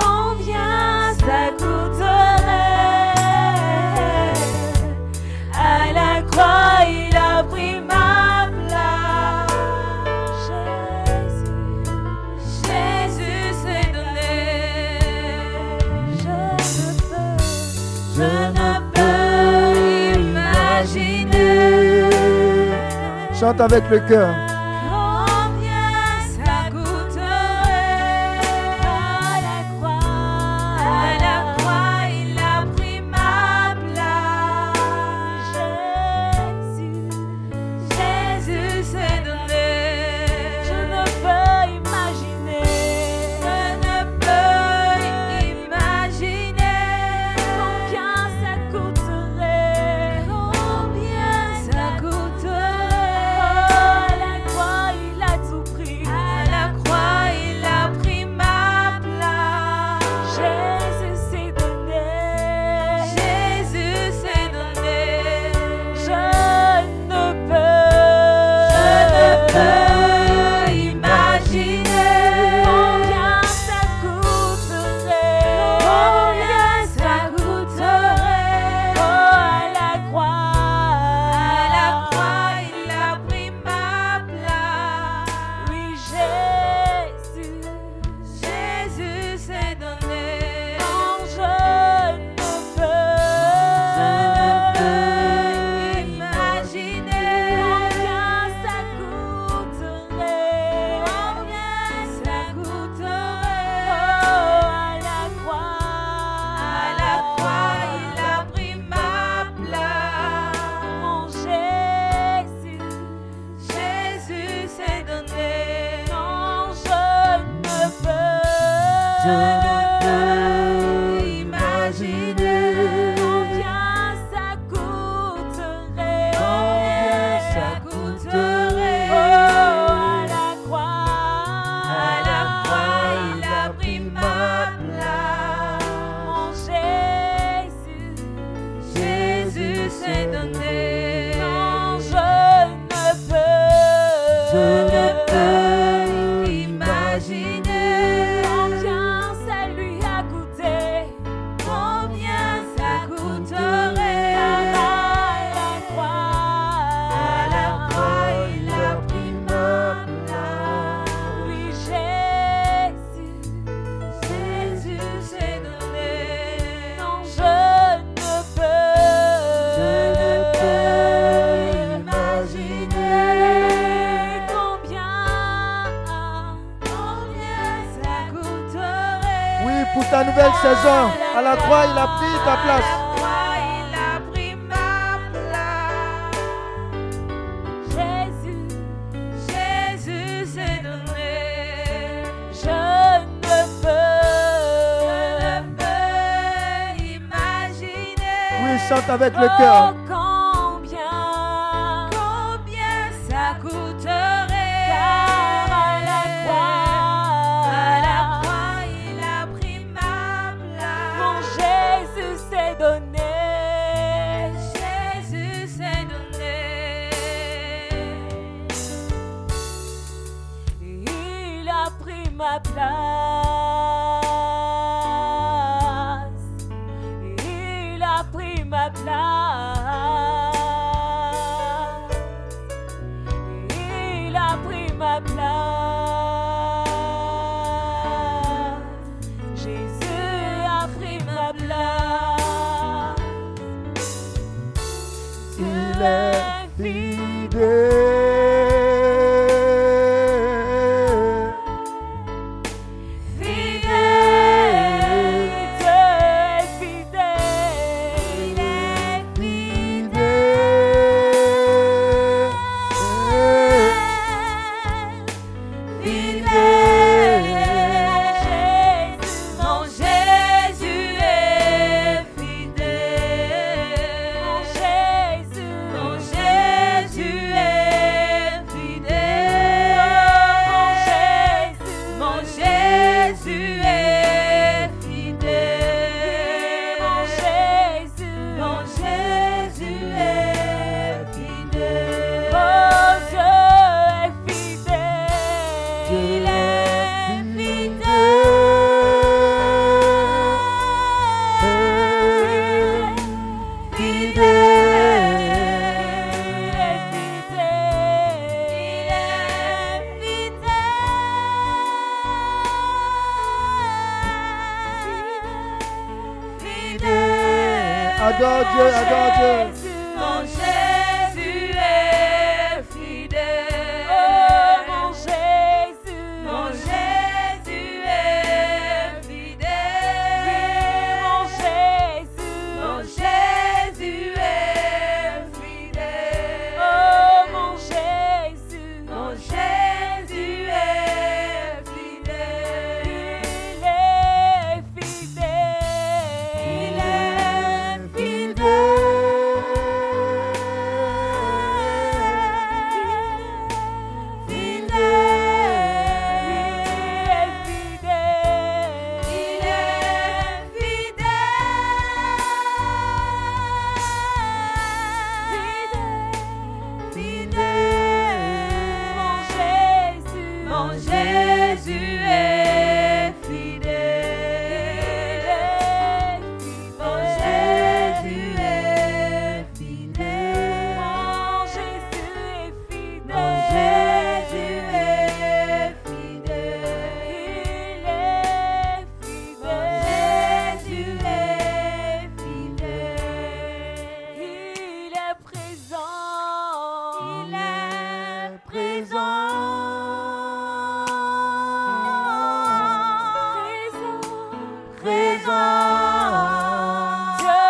combien ça coûterait. À la croix, il a pris ma place. Jésus s'est donné. Je ne peux je ne peux imaginer Chante avec le cœur. combien ça coûterait à la croix. À la croix, il a pris ma place. Jésus, Jésus s'est donné. Je ne peux imaginer. Je ne peux imaginer combien ça coûterait. Combien ça coûterait. À la croix, il a tout pris. À la croix, il a pris ma place. Jésus s'est donné. Jésus s'est donné. Je ne peux. Je ne peux imaginer. Combien ça coûterait. Combien Oh ça coûterait. Oh, à la croix. À la croix, il a pris ma place. Oui, Jésus. Jésus s'est donné. Non, je ne peux. Je ne peux imaginer. Combien ça coûterait. Combien ça coûterait. Oh, à la croix. À la croix, il a pris ma place. Mon Jésus, Jésus s'est donné. Non, je ne peux. Je ne peux imaginer. Combien ça coûterait. Combien ça coûterait. Oh, à la croix. À la croix, il a pris ma place. Mon Jésus, Jésus s'est donné. Non, je ne peux, je ne peux imaginer combien ça lui a coûté, combien ça coûterait. À la croix, à la croix, il a pris ma place. Oui, Jésus. Jésus s'est donné. Non, je ne peux. Je ne peux imaginer combien, combien ça coûterait. Oui, pour ta nouvelle saison, à la croix, il a pris ta À la place. croix, il a pris ma place. Jésus, Jésus s'est donné. Je ne peux, je ne peux imaginer. Oui, chante avec le cœur. Oh, combien, combien ça coûterait. Car à la croix, à la croix, il a pris ma place. Mon Jésus s'est donné. Jésus s'est donné. Il a pris ma place. Il a pris ma place. Il a pris ma place. Jésus a pris ma place. Il est fidèle. Fidèle, fidèle, Fidèle. fidèle. Mon Jésus est fidèle. Mon Jésus, mon Jésus Adore Dieu, adore Dieu. Mon Jésus est fidèle. Oh mon Jésus. Mon Jésus est fidèle. Mon Jésus. Mon Jésus est fidèle. Oh mon Jésus. Mon Jésus est fidèle. Il est fidèle. Il est fidèle. Jésus est fidèle. Mon Jésus est fidèle. Mon Jésus est fidèle. Mon Jésus est fidèle. Mon Jésus est fidèle. Il est présent. Il est présent. Présent. Dieu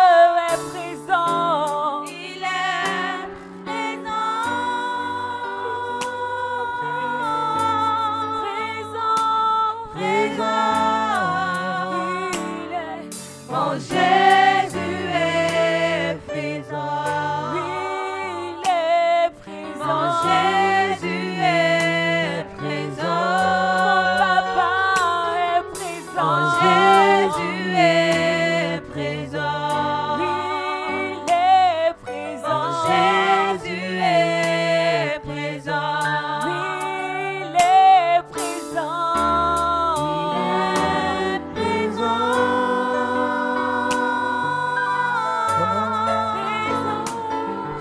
est présent. Il est présent. Présent. Présent. Il est mon Jésus est présent. Il est présent. Mon Jésus est présent. Mon papa est présent. Jésus est présent. Il est présent. Jésus est présent. Il est présent. Il est présent.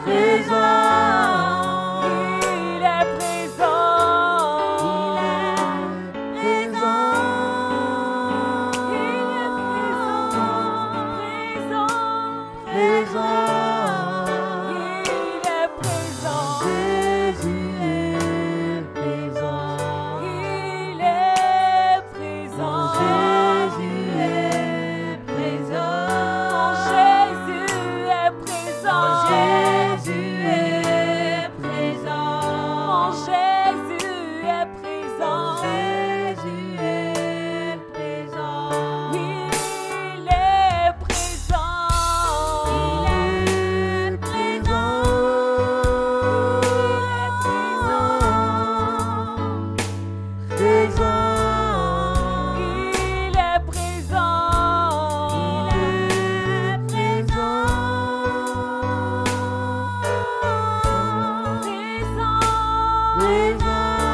Présent. Il est présent. Il est présent, présent, présent. Il est présent. Il est présent. Jésus est présent. Jésus est présent. Jésus est présent. Jésus est présent. Jésus est présent. Il est présent. Il est présent. Il est présent. Il est présent. Présent.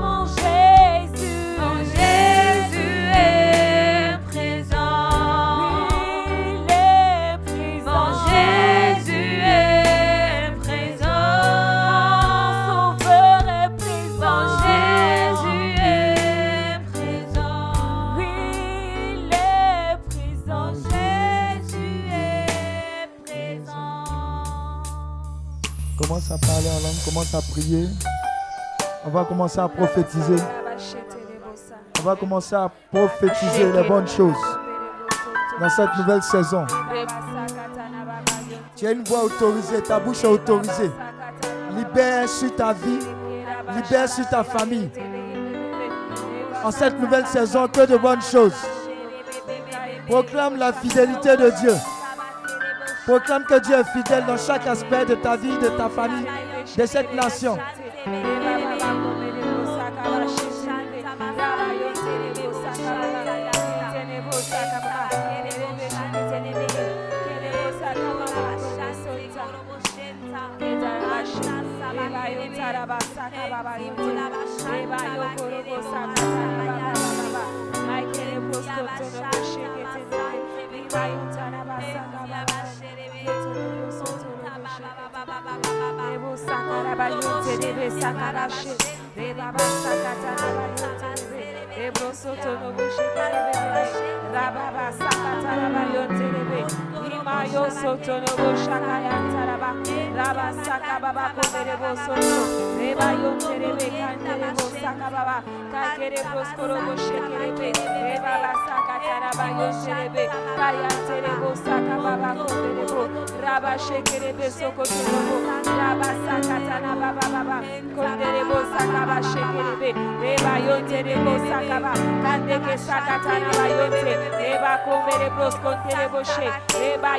Mon Jésus. Mon Jésus est présent. Il est présent. Mon Jésus est présent. Mon Sauveur est présent. Jésus est présent. Il est présent. Jésus est présent. Commence à parler en langue, commence à prier. On va commencer à prophétiser. On va commencer à prophétiser les bonnes choses dans cette nouvelle saison. Tu as une voix autorisée, ta bouche est autorisée. Libère sur ta vie, libère sur ta famille. En cette nouvelle saison, que de bonnes choses. Proclame la fidélité de Dieu. Proclame que Dieu est fidèle dans chaque aspect de ta vie, de ta famille, de cette nation. Rababa sakata rabayote rebe. Rima Mayo soto no bo shakaya taraba. Raba saka baba kondere bo soto. Reba yo terebe kandere bo saka baba. Kakere bo skoro bo shekerebe. Reba la saka taraba yo terebe. Kaya tere bo saka baba kondere bo. Raba shekerebe soko tono bo. Raba saka tanaba baba baba. Kondere bo saka ba shekerebe. Reba yo terebe saka ba. Kandeke saka tanaba yo te. Reba komere bo skondere bo she. Reba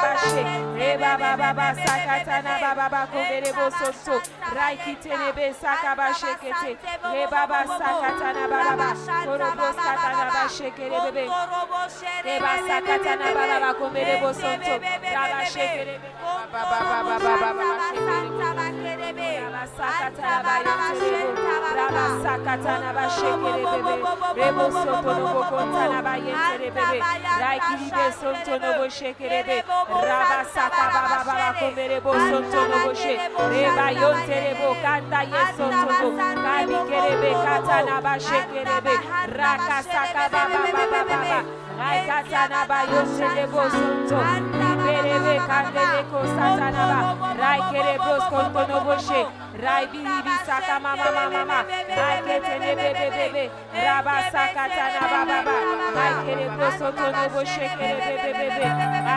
Reba baba ba sakatana baba ba koberebo soso. Rai kiterebe sakabashe kete. Reba ba sakatana baba ba korobo sakatana ba shekerebe. Reba sakatana baba ba koberebo soso. Raba shekerebe. Baba baba baba baba baba shekerebe. Raba sakatana ba yeterebo. Raba sakatana ba shekerebe. Rebo soto robo kontana ba yeterebe. Rai kiribe sonto nobo shekerebe raba saka baba baba komerebo sonto nobo she reba yoterebo kanta yesonto bo kabi kerebe kata naba shekerebe raka saka baba baba baba Raikatanaba yoselebo sonto Liberebe kandeleko satanaba Raikerebro skonto noboshe Raibiribi saka mama mama mama Raiketenebebebebe Raba saka tanaba baba Raikerebro sonto noboshe kerebebebebe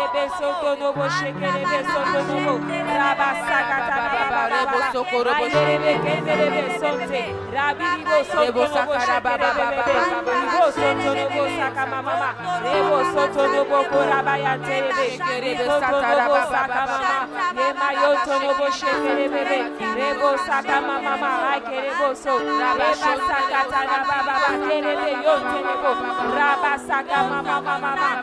Ebe soto no bo shekere be soto no bo. Raba saka ta na ba ba ba ba. Soko robo Raike rebe kete rebe sonte. Rabi ribo soto Ebo no bo sakara ba shekere ba ba ba ba ba be be be. ba. Ribo soto no bo saka mama mama. Rebo soto no bo koraba ya terebe. Shekerebe satara Soto no bo ba ba saka ba ba. mama. Yema yoto no bo shekere be be. Rebo saka mama mama kerebo so. Raba saka tana baba ba kerebe yoto no bo. Raba saka mama mama mama.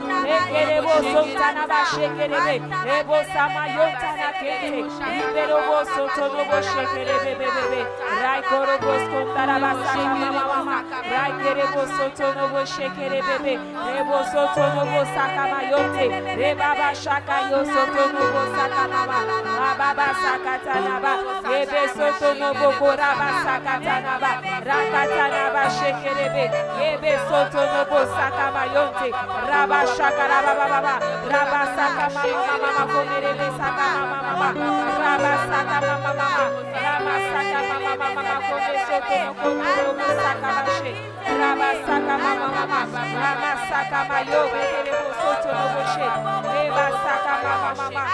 Kerebo so tana ba shekerebe. Rebo sama yoto na kete. Liberebo so tono bo shekerebe be be be. Rai korobo sko tana ba saka mama mama. Rai kerebo so tono bo shekerebe be. Rebo so tono bo saka ba yote. Reba ba shaka yo so tono bo saka baba. Rababa sakatanaba. Ebe soto no boko raba sakatanaba. Rakatanaba shekerebe. Ebe soto no bo sakama yonte. Raba shakaraba baba. Raba sakama mama mama komerebe sakama mama mama. Raba sakama mama mama. Raba sakama mama mama kome soto no komero bo sakama she. Raba sakama mama mama. Raba sakama yo betelebo soto no bo she. Reba sakama mama mama.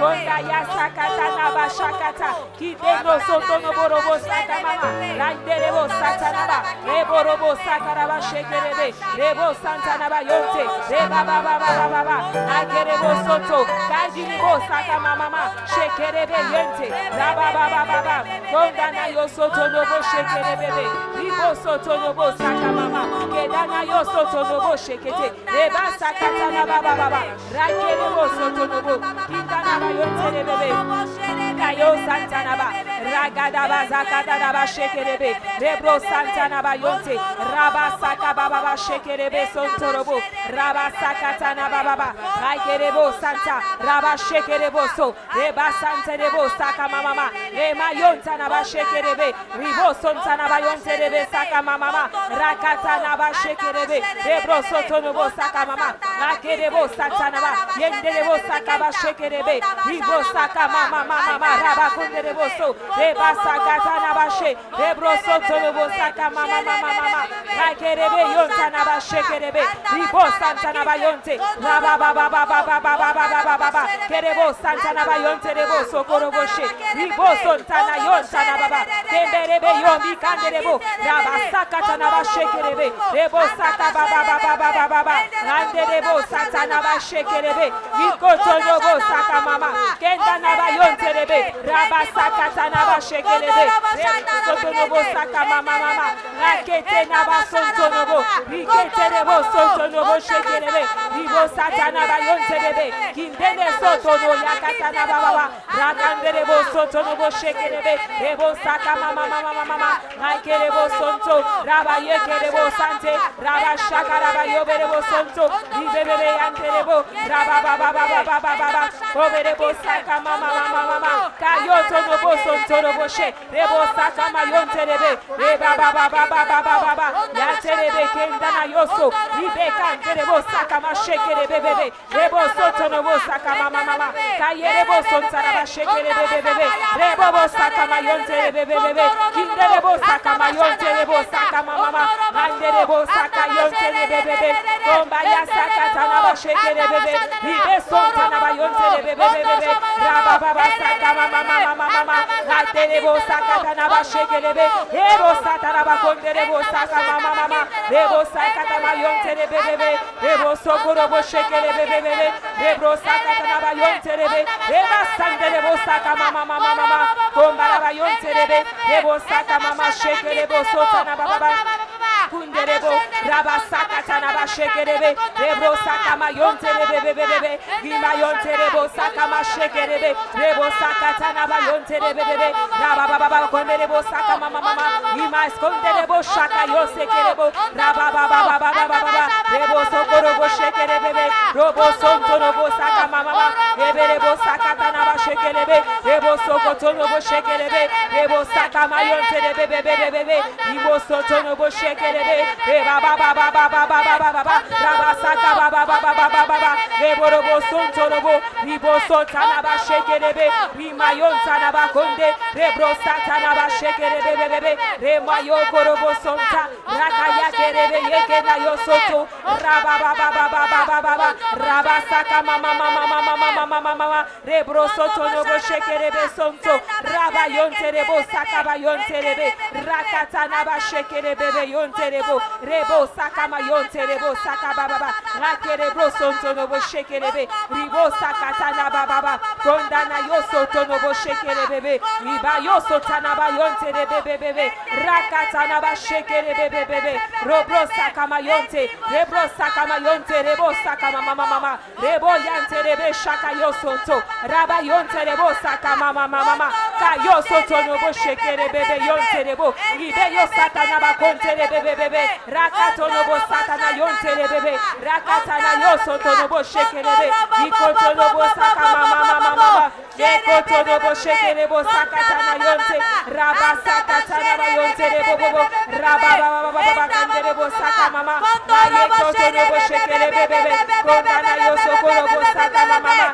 Konda ya sakata naba shakata kideno sotono borobo sakamama randerebo satanaba reborobo sakaraba shekerebe rebo santanaba yonte reba baba baba baba akerebo soto kajiribo sakamamama shekerebe yente raba baba baba konda na yo sotono bo shekerebebe ribo sotono bo sakamama kedana yo sotono bo shekete reba sakata naba baba baba randerebo sotono bo kindana Raba yo terebe. Rakayo Santanaba, Ragadaba Zakadaba Shekerebe, Rebro Santanaba Yonte, Rabasaka Baba Shekerebe Sontorobo, Rabasakatana Baba, Rakerebo Santa, Raba Shekerebo So, Reba Santerebo Saka Mama, Rema Yontanaba Shekerebe, Ribo Santanaba Yonte Rebe Saka Mama, Rakatanaba Shekerebe, Rebro Sotonobo Saka Mama, Rakerebo Santanaba, Yenderebo Sakaba Shekerebe, Ribo Saka Mama Mama Raba Kunderebo So, Reba Sakatanaba She, Rebro Sotolobo Saka Mama Mama Mama, Rakerebe Yontanaba Shekerebe, Ribo Santana Bayonte, Raba Baba Baba Baba Baba Baba Baba, Kerebo Santana Bayonte Rebo Sokoroboshe, Ribo Santana Yontana Baba, Temberebe Yombi Kanderebo, Raba Sakatana Bashekerebe, Rebo Saka Baba Baba Baba Baba, Randerebo Santana Bashekerebe, Rikotonobo Saka Mama, Kendana Bayonte Rebe, Raba Sakatana Bashekerebe, Rebo Sotonobo Saka Mama Mama, Rakete Naba Sontonobo, Rikete Rebo Sontonobo Shekerebe, Ribo Satana Bayonte Rebe, Kindene Sotono Yakatana Baba, Rakanderebo Sotonobo Shekerebe, Rebo Saka Mama Mama Mama, Rakerebo Sonto, Raba Yekerebo Sante, Raba Shaka Raba Yoberebo Sonto, Ribebebe Yankerebo, Raba Baba Baba Baba Baba, Oberebo Saka Mama Mama Mama, Kayoto Nobo Sontorobo She, Rebo Saka Mayonte Rebe, Reba Baba Baba Baba Baba, Yaterebe Kendana Yoso, Ribeka Kerebo Saka Mashekere Bebebe, Rebo Soto Nobo Saka Mama Mama, Kayerebo Sontana Mashekere Bebebe, Rebo Bo Saka Mayonte Bebebe, Kinderebo Saka Mayonte Rebo Saka Mama, Manderebo Saka Yonte Bebebe, Tombaya Saka Tanaba Shekere Bebe, Ribe Sontana Bayonte Bebebe, Raba Baba Saka Mama Mama Mama, Raterebo Saka Tanaba Shekere Bebe, Rebo Sataraba Konderebo Saka Mama Mama, Rebo Saka Tamayonte Bebebe, Rebo Sokorobo Shekere Bebebe, Rebo Saka Tanaba Yonte Bebe, Reba Sanderebo Saka Mama Mama Mama, Kombaraba Yonte Bebe, Rebo Saka Mama Shekere Rebo Sotana Baba, kunderebo raba sakata na bashekerebe rebo sakama yonterebe bebebebe gima yonterebo sakama shekerebe rebo sakata na bayonterebe bebe raba baba baba konderebo sakama mama mama gima eskonderebo shaka yosekerebo raba baba baba baba baba rebo sokorobo shekerebebe robo sontorobo sakama mama rebo sakata na bashekerebe rebo sokotorobo shekerebe rebo sakama yonterebe bebebebe gimo sotorobo shekerebe bebe e ba ba ba ba ba ba ba ba ba ba ba ra ba sa ka ba ba ba ba ba ba ba ba e bo ro bo so nto ro bo ri bo so ta na ba she ke re be ri ma yo nta na ba konde re bro sa ta na ba she ke re be be be be re ma yo ko ro bo so nta ra ka ya ke re be ye ke na yo so to ra ba ba ba ba ba ba ba ba ba ra ba sa ka ma ma ma ma ma ma ma ma ma ma ma ma re bro so to no bo she ke re be so nto ra ba yo nte re bo sa ka ba yo nte re be ra ka ta na ba she ke re be be yo nte rebo rebo sakama yonte rebo saka baba ba rakerebo sontono bo shekerebe ribo sakatana baba ba kondana yo sotono bo shekerebebe riba yo sotana ba yonte rebebebebe rakatana ba shekerebebebebe robro sakama yonte rebro sakama yonte rebo sakama mama mama rebo yante rebe shaka yo soto raba yonte rebo sakama mama mama ka yo sotono bo shekerebebe yonte rebo ribe yo satana ba konte rebebe bebebe rakatonobo satana yontelebebe rakatana yosotonobo shekelebe ikotonobo saka mamamamamama ekotonobo shekelebo sakatana yonte raba sakatana bayontelebobobo rabababababakandelebo saka mama mayekotonobo shekelebebebe kondana yosokolobo saka mamama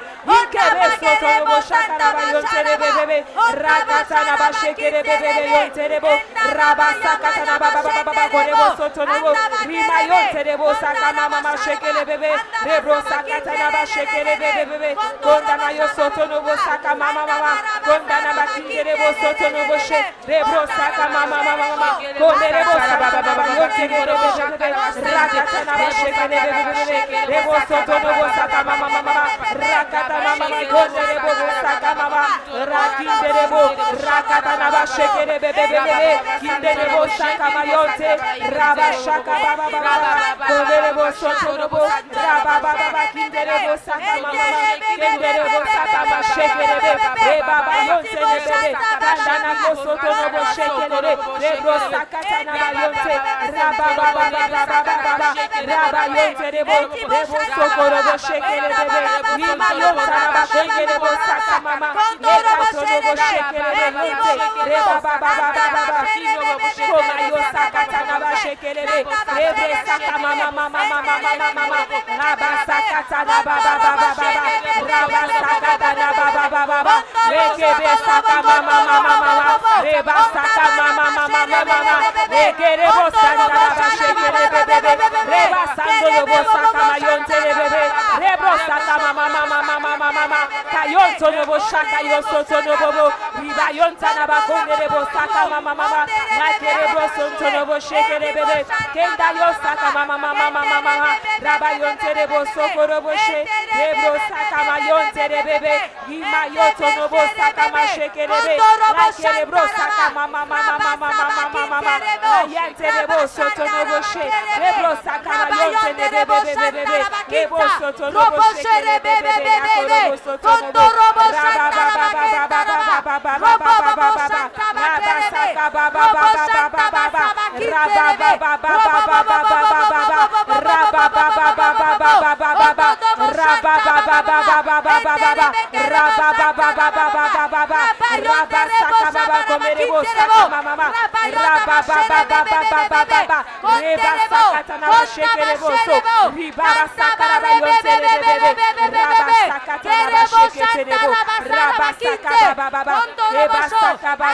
ikebe sotonobo shakaraba yontelebebebe rakatana bashekelebebebe yontelebo raba sakatana bababababababo rebo sotonebo rima yonte rebo saka mama ma shekele bebe rebro saka tana ba shekele bebe bebe konda na yo sotonobo saka mama mama konda na ba kinde rebo sotonobo she rebro saka mama mama mama konde rebo saka baba baba yonte rebo shaka raka tana ba shekele bebe bebe rebo sotonobo saka mama mama raka tana mama konde rebo saka mama raki Kinderebo, Rakatanaba Shekerebebebebe, Kinderebo Shakabayote, Rabba Shakababa, Kinderebo Sotorobo, Rabba Baba, Kinderebo Sakamama, Kinderebo Sakama Shekerebe, Rebaba Yote, Kandana Kosotorobo Shekerebe, Rebro Sakatanaba Yote, Rabba Baba, Rabba Baba, Rabba Yote, Rebo, Rebo Sokorobo Shekerebe, Nima Yota, Rabba Shekerebo Sakamama, Shaka yo soto no bobo riba yonta na bakonde de bosaka mama mama na kere broson tono bo sheke de bebe kenda yo saka mama mama mama mama raba yonte de bosoko robo she de brosaka ma yonte de bebe ima yo tono bo saka ma sheke de bebe na kere brosaka mama mama mama mama mama mama na yonte de bosoto no bo she de brosaka ma yonte de bebe bebe bebe de bosoto no bo sheke de bebe bebe kondo robo shaka baba baba baba baba Rabba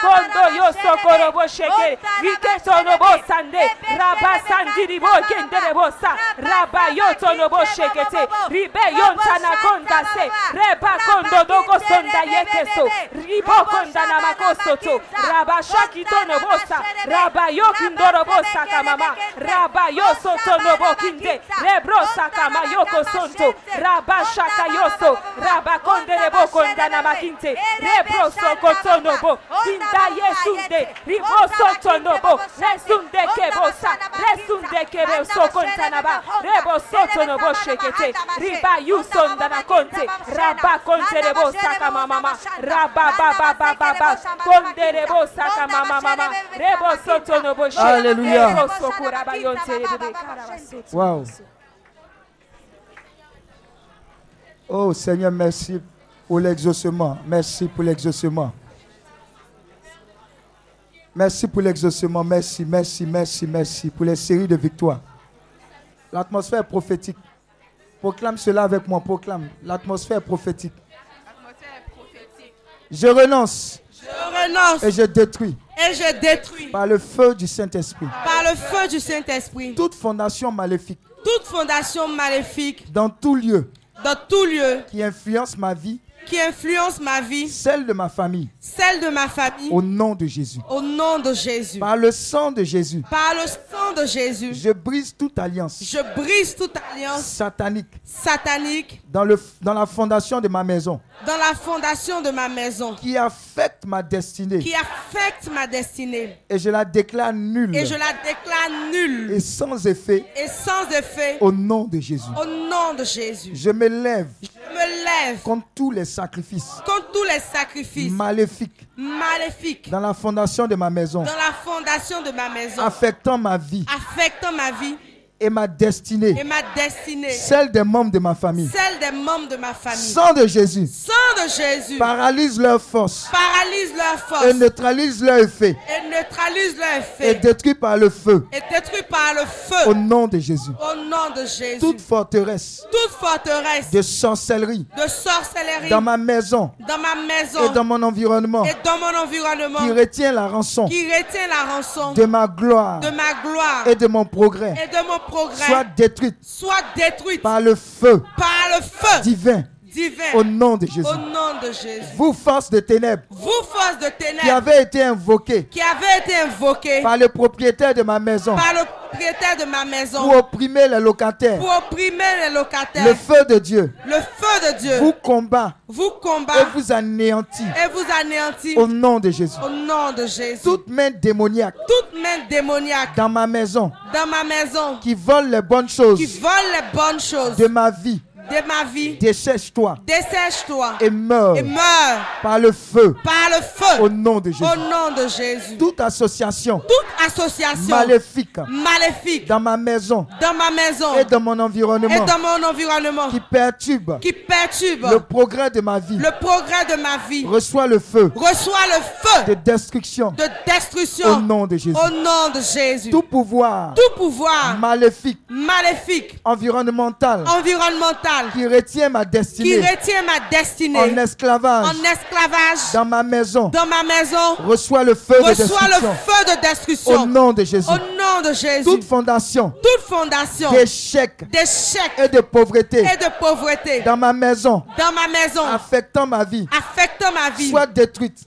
kondo yo sokorobo sheke rite tonobo sande raba sandiribo genderebo sa raba yo tonobo shekete ribe yo ntana konda se reba kondo dogo sonda yekeso ribo konda na makosoto raba shaki tonobo sa raba yo kindorobo sakamama raba yo sotonobo kinde rebro sakama yo kosonto raba shaka yoso raba konderebo konda na makinte rebro sokotonobo Kinda yesunde, riboso tonobo, resunde kebosa, resunde kebe sokontanaba, reboso tonobo shekete, riba yusonda na konte, raba konte rebo saka mama, raba baba baba baba, konde rebo saka mama mama, reboso tonobo shekete, Alléluia. reboso kuraba yonte rebe karabasoto. Wow. Oh Seigneur, merci pour l'exaucement. Merci pour l'exaucement. Merci pour l'exaucement. Merci, merci, merci, merci pour les séries de victoires. L'atmosphère est prophétique. Proclame cela avec moi. Proclame. L'atmosphère est prophétique. Je renonce Je renonce et je détruis et je détruis par le feu du Saint-Esprit par le feu du Saint-Esprit toute fondation maléfique toute fondation maléfique dans tout lieu dans tout lieu qui influence ma vie, qui influence ma vie, celle de ma famille, celle de ma famille, au nom de Jésus. au nom de Jésus. Par le sang de Jésus, Par le sang de Jésus, je brise toute alliance je brise toute alliance satanique satanique dans, le, dans la fondation de ma maison dans la fondation de ma maison qui affecte ma destinée qui affecte ma destinée et je la déclare nulle et je la déclare nulle Mm. et Oh. sans effet et sans effet au nom de Jésus. au nom de Jésus. Je me lève Je me lève contre tous les sacrifices contre tous les sacrifices maléfiques maléfiques dans la fondation de ma maison dans la fondation de ma maison affectant ma vie affectant ma vie et ma et destinée, ma destinée, celle des membres de ma famille. celle des membres de ma famille. Sang de Jésus Sang de Jésus paralyse leur force paralyse leur force et neutralise leur effet et neutralise leur effet et détruit par le feu et détruit par le au feu nom de Jésus. au nom de Jésus. Toute Toute, forteresse forteresse de sorcellerie de sorcellerie dans ma maison dans ma maison et dans mon environnement et dans mon environnement qui retient la rançon qui retient la rançon de ma gloire de ma gloire et de mon progrès et de mon progrès soit soit, détruite détruite par, par le feu le feu divin divin au nom de Jésus. Au nom de Jésus. Vous, forces de ténèbres Vous, force de qui ténèbres avez été invoquées qui avez été invoquée par le propriétaire de ma maison par le propriétaire de ma maison pour opprimer les locataires, pour opprimer les locataires, le le, feu de Dieu feu de Dieu vous vous, combat et combat vous anéantit et vous anéantit au au, nom de Jésus. nom de Jésus. Toute main démoniaque Toute main démoniaque dans ma maison dans ma maison qui vole les bonnes qui choses vole les bonnes choses de de, ma vie, ma vie, dessèche-toi dessèche-toi et meurs et meurs par le feu par le feu au nom de Jésus. au nom de Jésus. Toute association Toute association maléfique maléfique dans, dans ma maison ma maison et dans mon environnement et dans mon environnement qui perturbe qui perturbe le progrès de ma vie le progrès de ma vie reçoit le feu reçoit le de feu destruction de destruction au nom de Jésus. Au nom de Jésus. Tout Tout, pouvoir pouvoir maléfique maléfique, environnemental environnemental, qui retient ma qui destinée retient ma destinée en esclavage en esclavage dans, dans ma maison ma maison, reçoit le feu de reçoit le destruction feu de destruction. au nom de Jésus. Au nom de Jésus. Toute Toute, fondation fondation d'échec d'échec et de pauvreté et de pauvreté dans, dans ma maison ma maison, affectant ma vie affectant ma vie, soit soit, détruite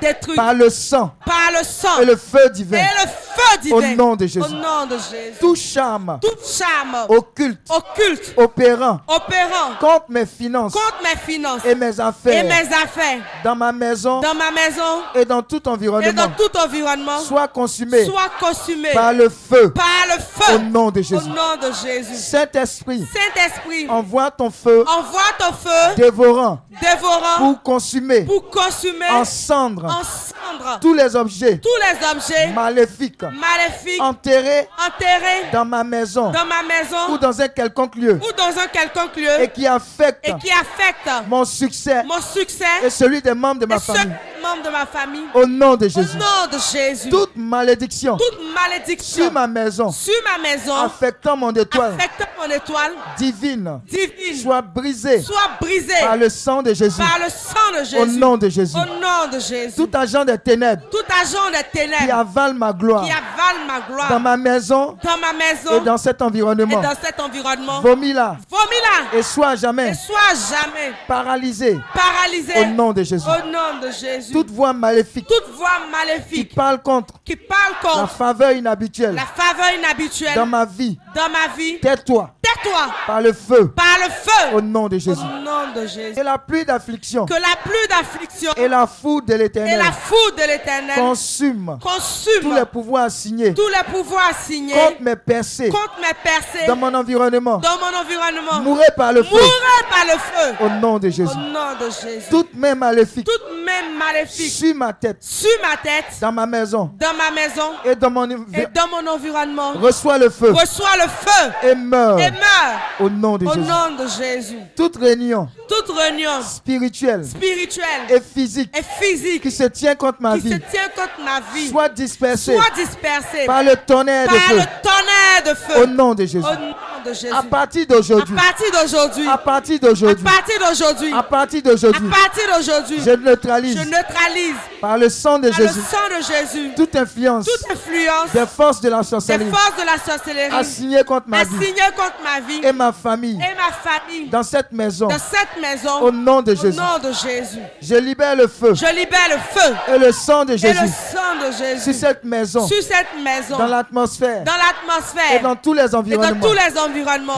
détruite par par, le sang le sang et et le feu le, divin. feu divin. Au nom de Jésus. Au nom de Jésus. Tout charme Toute charme occulte occulte opérant opérant contre mes finances contre mes finances et mes et affaires mes affaires dans ma maison dans ma maison et dans tout et dans environnement tout environnement soit consumé soit consumé par le feu par le feu au nom de au Jésus. nom de Jésus. Saint-Esprit, Saint-Esprit, envoie ton feu envoie ton feu dévorant dévorant pour consumer pour consumer en cendres en cendres tous les objets tous les objets maléfiques maléfiques enterrés enterrés dans ma maison dans ma ou maison dans un quelconque lieu ou dans un quelconque lieu et qui affecte et qui affectent mon succès mon succès et celui des membres de ma et ceux famille. de membre de ma famille. Au nom de Au Jésus. nom de Jésus. Toute malédiction Toute malédiction sur ma maison sur ma maison affectant mon étoile affectant mon étoile divine divine soit brisée soit brisée par le sang de Jésus. par le sang de Au Jésus. nom de Jésus. Au nom de Jésus. Tout agent des ténèbres Tout agent des qui ténèbres avale ma gloire qui avale ma dans gloire ma maison dans ma et maison dans cet et environnement. dans cet environnement, Vomis-la vomis-la et sois à jamais et sois jamais paralysé paralysé au nom de Jésus. au nom de Jésus. Toute voix maléfique Toute voix qui maléfique parle contre qui parle la contre faveur inhabituelle la faveur inhabituelle dans ma vie, dans ma vie, tais-toi tais-toi par le feu par le au feu nom de au Jésus. nom de Jésus. Et la pluie d'affliction Que la pluie d'affliction et la foudre de et l'éternel la foudre de l'éternel consument tous les consument pouvoirs assignés tous les pouvoirs assignés contre mes percées contre mes percées dans mon environnement. dans mon environnement. Mourrez par le feu Mourrez par le feu au nom de Jésus. au nom de Jésus. Toute main maléfique Toute main maléfique sur ma tête, sur ma tête, dans ma maison dans ma maison et dans mon et environnement dans mon environnement reçoit le feu reçoit le feu et meurt et meurt au nom de au Jésus. nom de Jésus. Toute réunion Toute réunion spirituelle spirituelle et physique et physique qui se tient contre ma qui se vie tient contre ma vie soit dispersée soit dispersée par par le tonnerre de le feu tonnerre de au feu nom de Jésus. au nom de Jésus. À À partir d'aujourd'hui, partir d'aujourd'hui, à à partir d'aujourd'hui, partir d'aujourd'hui, à à partir d'aujourd'hui, partir d'aujourd'hui, je neutralise je neutralise par le sang de par le Jésus sang de Jésus toute influence toute influence des forces de la des sorcellerie forces de la sorcellerie assignée contre ma vie assignée contre ma vie et ma famille et ma famille dans cette maison. dans cette maison Au nom de au Jésus, nom de Jésus. je libère le feu Je libère le feu et le sang de et le Jésus sang de sur Jésus cette maison, sur cette maison, dans l'atmosphère dans et l'atmosphère dans tous les et dans environnements. tous les environnements.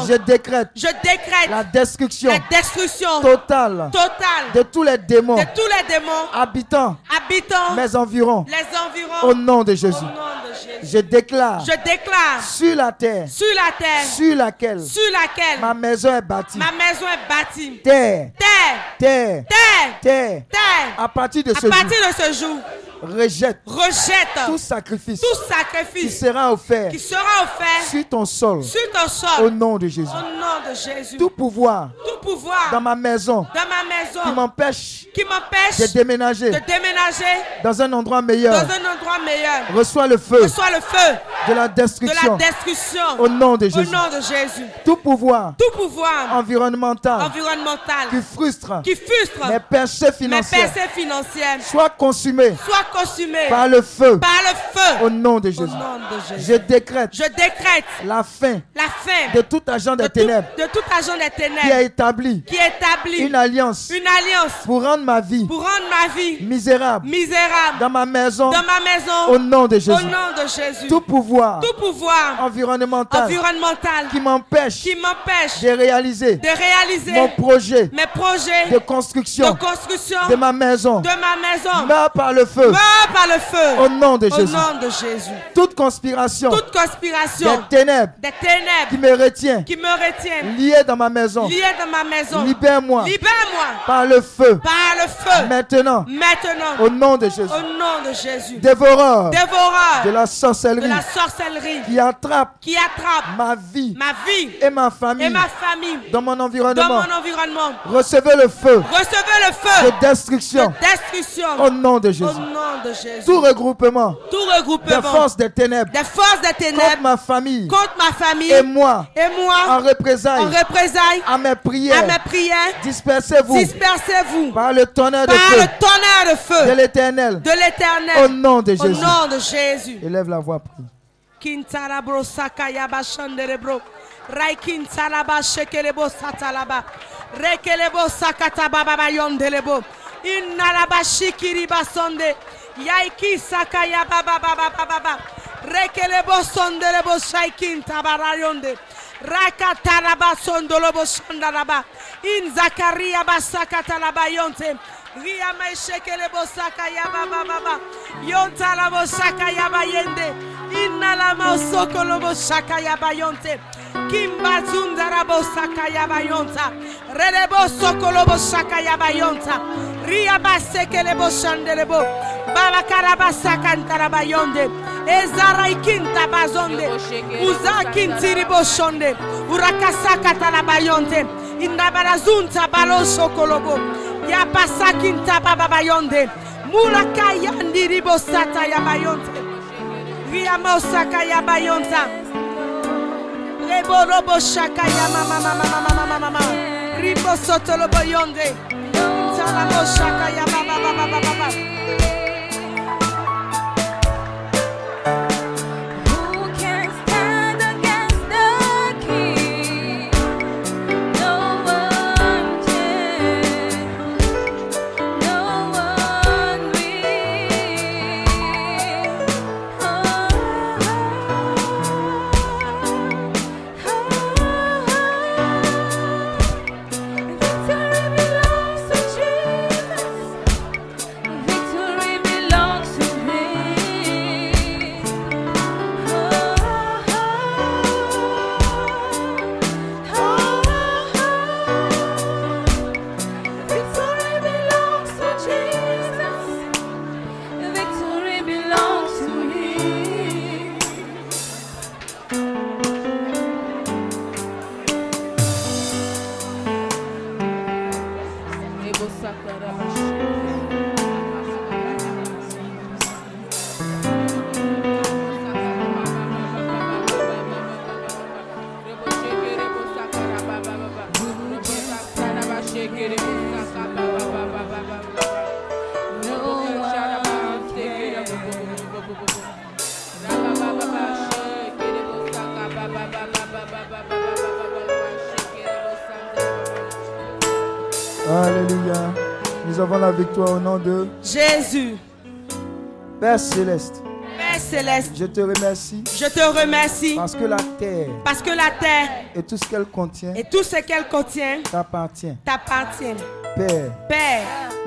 Je décrète Je décrète la la, destruction destruction totale totale de tous les démons de tous les démons habitant habitant mes environs les environs au nom de au Jésus. nom de Jésus. Je déclare Je déclare sur la terre sur la terre sur laquelle sur laquelle ma maison est bâtie. ma maison est bâtie Terre, terre, terre, terre, terre, terre. à partir de À ce jour, partir de ce jour, rejette tout rejette sacrifice tout qui sacrifice sera offert qui sera offert sur ton sol sur ton au sol nom de Jésus. au nom de Jésus. Tout pouvoir Tout pouvoir dans ma maison dans ma qui maison m'empêche qui de m'empêche déménager de déménager dans un endroit dans meilleur un endroit meilleur reçoit le feu reçoit le feu de la de la destruction destruction au nom de au Jésus. nom de Jésus. Tout pouvoir Tout pouvoir environnemental environnemental Ah. qui frustre qui frustre mes percées mes financières percées financières soit consumé soit consumé par le feu par le feu au nom de au Jésus. nom de Je Jésus. décrète Je décrète la fin la fin de tout agent des de ténèbres tout, de tout agent des qui a ténèbres établi qui établit une alliance une alliance pour rendre ma vie pour rendre ma vie misérable misérable dans ma maison dans ma maison au nom de au Jésus. nom de Jésus. Tout pouvoir Tout pouvoir environnemental environnemental qui m'empêche qui m'empêche de réaliser de réaliser mon projet mes projets de de construction construction de ma maison de ma maison meurt par le feu meurt par le feu au nom de Au Jésus. nom de Jésus. Toute conspiration Toute des conspiration ténèbres des qui ténèbres me retient qui me retiennent lié dans ma maison liées dans ma maison, libère-moi libère-moi par le feu par le feu maintenant maintenant au nom de Jésus. au nom de Jésus. Dévoreur de Dévoreur la de sorcellerie la sorcellerie qui attrape qui attrape ma vie ma vie et ma famille et ma famille dans mon dans environnement. mon environnement. Recevez le feu Recevez le feu de destruction de destruction au nom de au Jésus. nom de Jésus. Tout regroupement Tout des regroupement forces des ténèbres des forces des contre ténèbres ma famille contre ma famille et moi et en moi en représailles représailles à mes à mes prières. prières. Dispersez-vous Dispersez-vous par par le tonnerre de le feu tonnerre de de feu l'Éternel de au l'éternel nom de au Jésus. nom de Jésus. Élève la voix, prie. Kintarabro sakayaba shanderebro. Rai kintaraba shekelebo satalaba. Rekelebo sakatababa yondelebo. Innalaba shikiriba sonde. Yaiki sakayaba baba baba baba. Rekelebo sondelebo shaikin tabarayonde. Rakataraba sondolobo shandaraba. In Zakaria basakatalaba yonte. Ria maishekelebo sakayaba baba baba. Yontalabo sakayaba yende. Inalama sokolobo shakayaba yonte. Kimba zundarabo sakayaba yonta. Relebo sokolobo shakayaba yonta. Riaba sekelebo shandelebo. Baba karaba sakantaraba yonde. Ezara ikinta bazonde. Uzakin tiribo shonde. Urakasaka taraba yonte. Indabarazunta balo sokolobo. Yapasakinta baba yonde. mulaka yandiribosata ya bayonza riamosaka ya bayonza reboroboshaka ya mamamamamamamamama ribosotoloboyonde talamoshaka ya babababababa Who can stand against the King? No one can. No one will. Victory belongs to Jesus. Victory belongs to Him. Victory belongs to Jesus. Victory belongs to Him. Alléluia. Nous avons la victoire au nom de Jésus, Père Céleste. Père céleste, Je te remercie je te remercie parce que la terre parce que la terre et tout ce qu'elle contient et tout ce qu'elle contient t'appartient. t'appartiennent. Père, Père,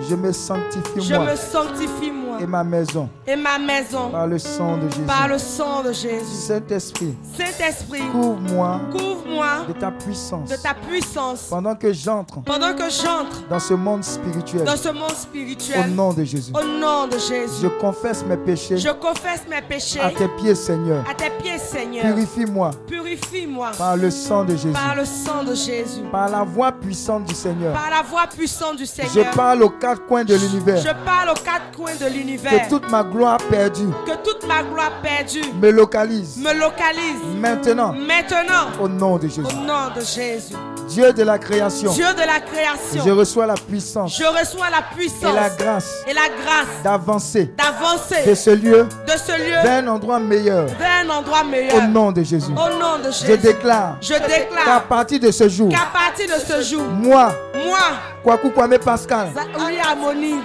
je me sanctifie je moi me sanctifie moi et ma maison et ma maison par le sang de Jésus. par le sang de Jésus. Saint-Esprit, Saint-Esprit, couvre-moi couvre-moi de ta puissance de ta puissance pendant que j'entre pendant que j'entre dans ce monde spirituel dans ce monde au spirituel nom de Jésus. au nom de Jésus. Je confesse mes péchés Je confesse mes péchés à tes pieds, Seigneur. à tes pieds, Seigneur. Purifie-moi Purifie-moi par le sang de Jésus, par le sang de Jésus, par la voix puissante du Seigneur. par la voix puissante du Seigneur. Je parle aux quatre coins de l'univers. Je parle aux quatre coins de l'univers. Que toute ma gloire perdue Que toute ma gloire perdue me localise me localise maintenant maintenant au nom de Jésus. au nom de Jésus. Dieu de la création, Dieu de la je création, reçois la puissance je reçois la et la puissance grâce et la grâce d'avancer de d'avancer ce lieu de ce lieu vers un endroit meilleur vers un endroit meilleur. au nom de Jésus. Au nom de Je Oh, Jésus, déclare je qu'à déclare partir de ce jour, qu'à partir de ce jour, moi, moi, Kwaku Kwame Pascal, Zaoui Amoni,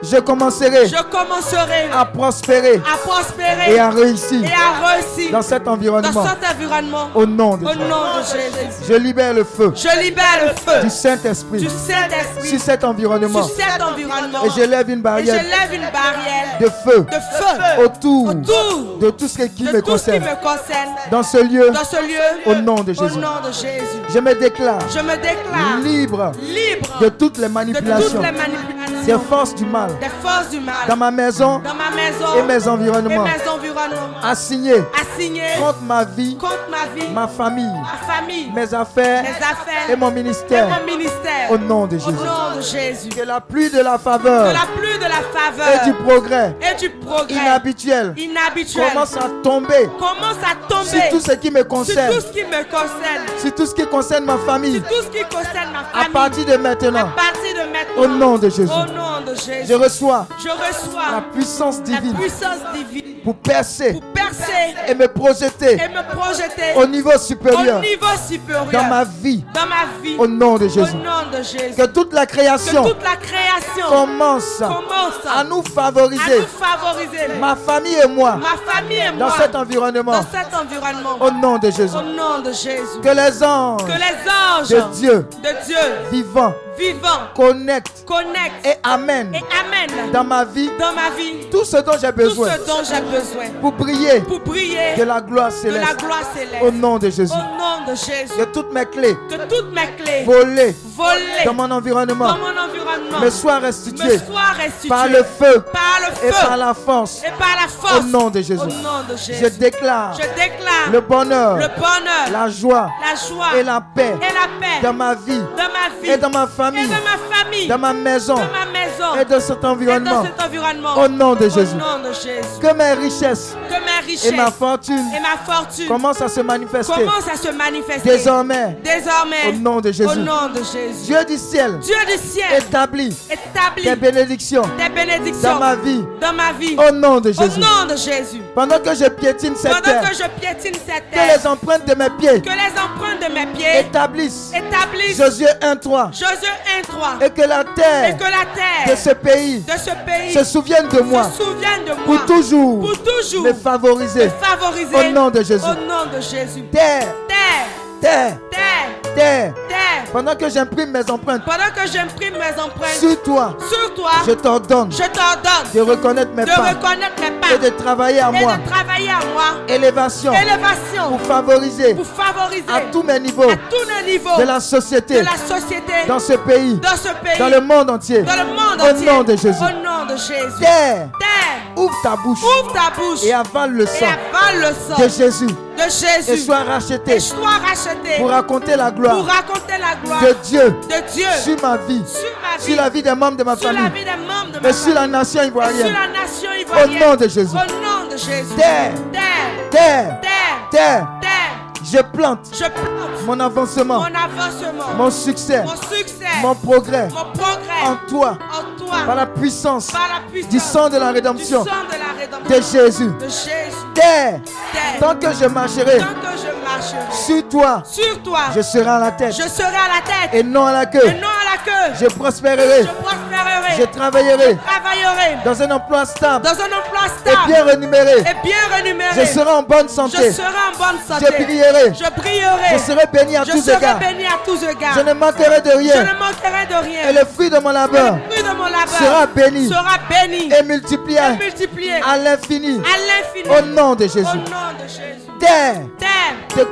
je commencerai je commencerai à prospérer à prospérer et à réussir et à réussir dans cet dans environnement cet environnement au nom de au Jésus. nom de Jésus. Je libère le feu Je libère le feu du Saint-Esprit du Saint-Esprit sur cet environnement sur cet environnement et je lève une et je barrière lève une barrière de feu de feu autour autour de tout ce qui de me tout ce qui concerne me concerne dans ce lieu. dans ce lieu Au nom de Au Jésus. nom de Jésus. Je me déclare Je me déclare libre libre de toutes les de toutes manipulations, les des manipulations forces du mal des forces du mal dans ma maison dans ma maison et mes environnements et mes environnements assignées assigné contre ma vie, contre ma vie, ma ma famille, famille, mes affaires mes affaires et mon et ministère mon ministère. au nom de Au Jésus. nom de Jésus. Que la pluie de la Que faveur la pluie de la et du faveur progrès et du progrès inhabituel inhabituel commence à tomber commence sur à tomber tout ce qui me sur concerne, tout ce qui me concerne, sur tout ce qui concerne ma famille, sur tout ce qui concerne ma à famille. partir de maintenant, À partir de maintenant, au nom de Jésus. au nom de Jésus, Je reçois je la reçois puissance la divine puissance divine pour percer pour percer et me projeter et me projeter au niveau supérieur au niveau supérieur dans ma vie, dans ma vie, au nom de au Jésus. nom de Jésus. Que toute la Que création toute la création commence commence à nous à nous favoriser, favoriser, ma famille et moi, ma famille et dans moi, cet environnement, dans cet environnement, au nom de Jésus. au nom de Jésus. Que les anges Que les anges de Dieu de Dieu vivants vivants connectent connectent et amènent et amènent dans ma vie dans ma vie tout ce dont j'ai tout besoin ce dont j'ai besoin pour briller pour briller de la gloire de la céleste gloire céleste. au nom de Jésus. Au nom de Jésus. Que toutes mes clés Que toutes mes clés volées volées dans mon dans environnement mon environnement environnement me soit restitué me soit restitué par le feu par le feu et par la force. et par la force Au nom de Jésus. Au nom de Jésus. Je déclare Je déclare le bonheur, le bonheur, la joie la joie et la paix et la paix dans ma vie dans ma vie et dans ma famille, et dans ma famille, dans ma maison dans ma maison et dans cet et dans environnement. cet environnement. Au nom de Jésus. Au nom de Jésus. Que mes richesses Que ma richesse et ma fortune et ma fortune commencent à se manifester commencent à se manifester désormais. Désormais, Au nom de Jésus. au nom de Jésus. Dieu du ciel Dieu du ciel, établit établis tes bénédictions tes bénédictions dans ma vie dans ma vie. au nom de Au Jésus. nom de Jésus. Pendant que je piétine cette Pendant terre, que je piétine cette que terre, les empreintes de mes pieds que les empreintes de mes pieds établissent établissent Josué 1.3 Josué 1.3 et que la et terre que la de terre ce pays de ce pays se souvienne de moi se souvienne de moi pour toujours pour toujours me favoriser. me favoriser Au nom de Jésus. Au nom de Jésus. Terre, Terre, terre, terre, terre, terre, pendant que j'imprime mes empreintes pendant que j'imprime mes empreintes sur toi, sur toi, je t'ordonne je t'ordonne de reconnaître mes de pas reconnaître mes pas et de travailler à et moi. de travailler à moi. Élévation Élévation pour favoriser pour favoriser à tous mes niveaux à tous les niveaux de la société, de la société, dans ce pays, dans ce pays, dans le monde entier. dans le monde Au entier. nom de Jésus. Au nom de Jésus. Terre, Terre, ouvre ta bouche ouvre ta bouche et avale le et sang avale le sang de Jésus de Jésus. et sois racheté Et sois racheté pour raconter la pour gloire raconter la gloire de Dieu de Dieu sur ma vie, sur ma vie, sur la vie des membres de ma sur la vie famille des membres de ma et sur la famille, nation et sur ivoirienne. la nation ivoirienne. nom de Jésus. Au nom de Jésus. Terre. Terre, Terre, terre, terre, terre, je plante je plante mon avancement, mon avancement, mon succès, mon succès, mon progrès mon progrès en toi en toi par la puissance par la puissance du sang de la du rédemption sang de la rédemption de Jésus. de Jésus. Terre, Terre, tant que je marcherai tant que je marcherai sur toi, sur toi, je serai à la tête je serai à la tête et non à la et queue. non à la queue. Je prospérerai, Je prospérerai, je travaillerai travaillerai dans un emploi stable dans un emploi et stable bien rémunéré. et bien rémunéré. Je serai en bonne santé. Je serai en bonne santé. Je prierai. Je prierai. Je serai béni à Je tous serai égards. béni à tous égards. Je ne manquerai de Je ne rien. manquerai de rien. Et le fruit de mon labeur fruit de mon labeur sera béni sera béni est multiplié et multiplié à à l'infini l'infini. au nom de Jésus. Au nom de Jésus. Terre, Terre, de-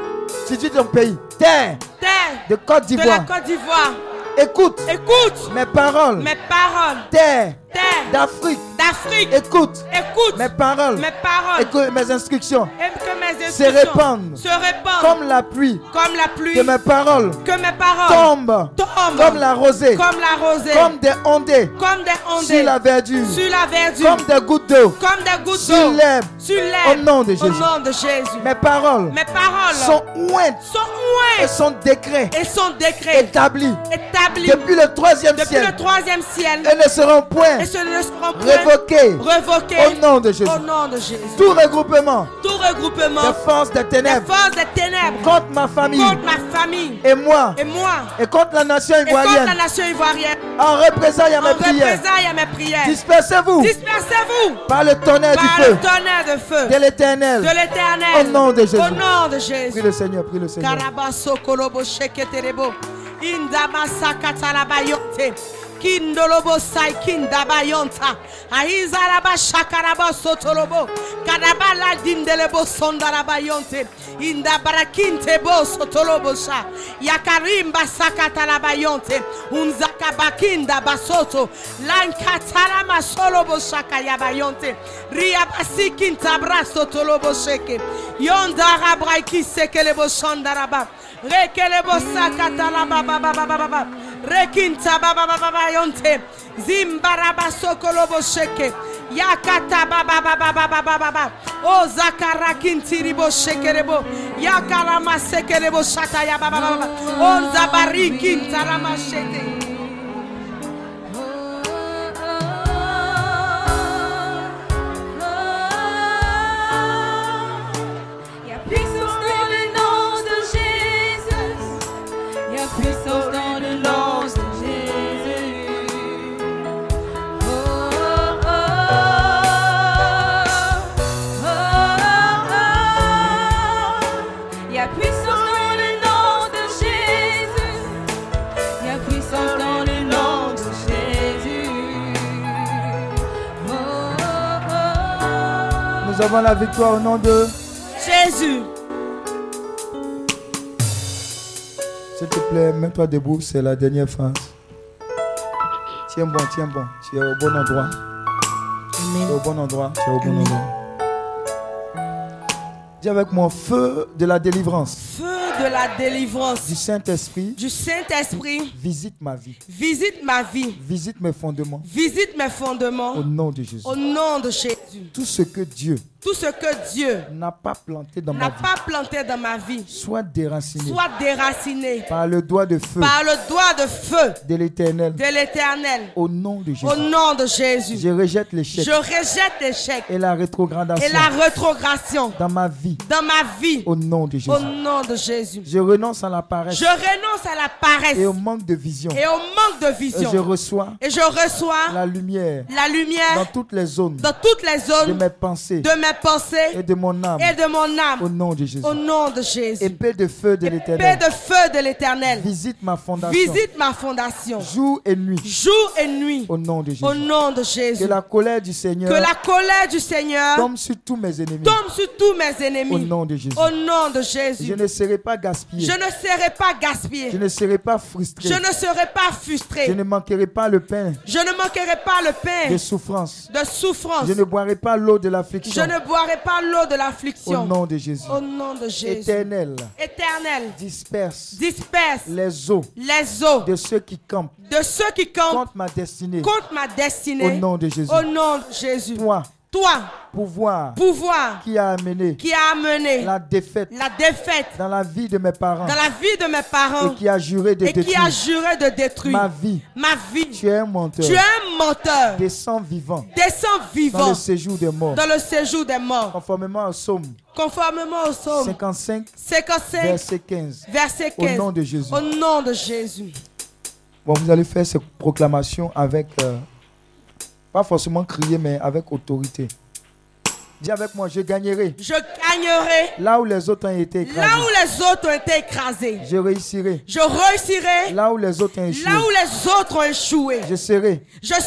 tu dis ton pays, terre terre de Côte de la d'Ivoire, Côte d'Ivoire, écoute écoute mes paroles. mes paroles. Terre Terre d'Afrique, d'Afrique, écoute écoute mes paroles. mes paroles. Écoute mes instructions et que mes se instructions répandent se répandent comme la pluie. comme la pluie, Que mes paroles que mes paroles tombent tombent comme la rosée, comme la rosée, comme des ondées comme des ondées sur la verdure, sur la verdure, comme des gouttes d'eau comme des gouttes sur d'eau l'herbe. sur l'herbe. Au nom de Jésus. nom de Jésus. Mes paroles Mes paroles sont ointes sont ouées et sont décrets et sont décrets établis établis depuis le troisième depuis le siècle troisième ciel et ne seront point et ce ne seront point révoqués révoqués au nom de Jésus. au nom de Jésus. Tout regroupement Tout regroupement des forces des des ténèbres forces des ténèbres contre ma famille contre ma famille et moi et moi et contre la nation et contre la ivoirienne nation ivoirienne en représailles à en mes prières. représailles à mes prières. Dispersez-vous Dispersez-vous par le tonnerre du par feu le tonnerre de feu de de l'éternel. l'éternel Au nom de Jésus. Au nom de Prie Jésus. le Seigneur, prie le Seigneur. Karabaso kolobo sheketerebo. Indaba sakatalabayote. Kindolobo sai kindabayonta. Aizaraba shakaraba sotolobo. Kadabala dindelebo sondarabayonte. Indabarakinte bo sotolobo sha. Yakarimba sakatalabayonte. Unzakabakinda basoto. Lankatalama solobo shakayabayonte. Riabasikinta braso tolobo sheke. Yondara braiki sekelebo shandaraba. Rekelebo sakatalaba baba baba baba. Rekinta baba baba baba yonte. Zimbaraba sokolobo sheke. Yakata baba baba baba baba baba. O zakara kintiribo shekerebo. Yakarama sekerebo shataya baba baba. O zabari kintarama shete. Oh, oh, Il y a puissance dans le nom de Jésus. Il y a puissance dans le nom de Jésus. Oh, oh, oh, oh, Il y a puissance dans le nom de Jésus. Il y a puissance dans le nom de Jésus. Oh, oh, Nous avons la victoire au nom de. Jésus. S'il te plaît, mets-toi debout, c'est la dernière phrase. Tiens bon, tiens bon. Tu es au bon endroit. Tu es au bon endroit. Tu es au bon endroit. Dis avec moi, feu de la délivrance Feu de la du délivrance Saint-Esprit, du Saint-Esprit, visite ma vie. visite ma vie, Visite mes fondements visite mes fondements au nom de Jésus. au nom de Jésus. Tout ce que Dieu Tout ce que Dieu n'a pas planté dans ma n'a vie pas planté dans ma vie soit déraciné soit déraciné par le doigt de feu par le doigt de feu de l'éternel de l'Éternel au nom de Jésus. au nom de Jésus. Je rejette Je l'échec rejette l'échec et la et rétrogradation la rétrogradation dans ma vie dans ma vie au nom de Jésus. au nom de Jésus. Je renonce à la paresse Je renonce à la paresse et au manque de vision et au manque de et je vision reçois et je reçois la lumière la dans lumière toutes les zones dans toutes les de zones mes pensées de mes et pensées de mon âme et de mon au âme nom de Jésus. au nom de Jésus. Épée de feu de Paix l'éternel, de feu de l'Éternel, visite ma fondation visite ma fondation jour et nuit jour et nuit au nom de au Jésus. nom de Que Jésus. la colère du Que Seigneur la colère du Seigneur tombe sur tous mes ennemis tombe sur tous mes au ennemis nom de Jésus. au nom de Je Jésus. ne serai pas gaspillé, Je ne serai pas je gaspillé, ne serai pas frustré, je ne serai pas je frustré, ne manquerai pas le pain je ne manquerai pas le de pain souffrance, de souffrance. je ne boirai pas l'eau de Je l'affliction ne boirai pas l'eau de au l'affliction. nom de Jésus. Au nom de Jésus. Éternel, Éternel, disperse disperse les eaux les eaux de ceux qui campent de ceux qui campent contre ma destinée contre ma au destinée. nom de Jésus. Au nom de Jésus. Toi, Toi, pouvoir pouvoir qui a amené qui a amené la défaite la défaite dans la vie de mes parents dans la vie de mes et parents qui a juré de et qui a détruire juré de ma détruire vie, ma vie. tu es un menteur. Tu es un menteur. Descends vivant Descends dans vivant le séjour des morts, dans le séjour des morts, conformément au psaume conformément au psaume 55, 55, verset 15. verset Au 15. nom de Jésus. Au nom de Jésus. Bon, vous allez faire cette proclamation avec, euh, pas forcément crier, mais avec autorité. Dis avec moi, je gagnerai Je gagnerai là où les autres ont été là écrasés. où les autres ont été écrasés. Je réussirai Je réussirai là où les autres ont échoué. là où les autres ont échoué. Je serai Je ce que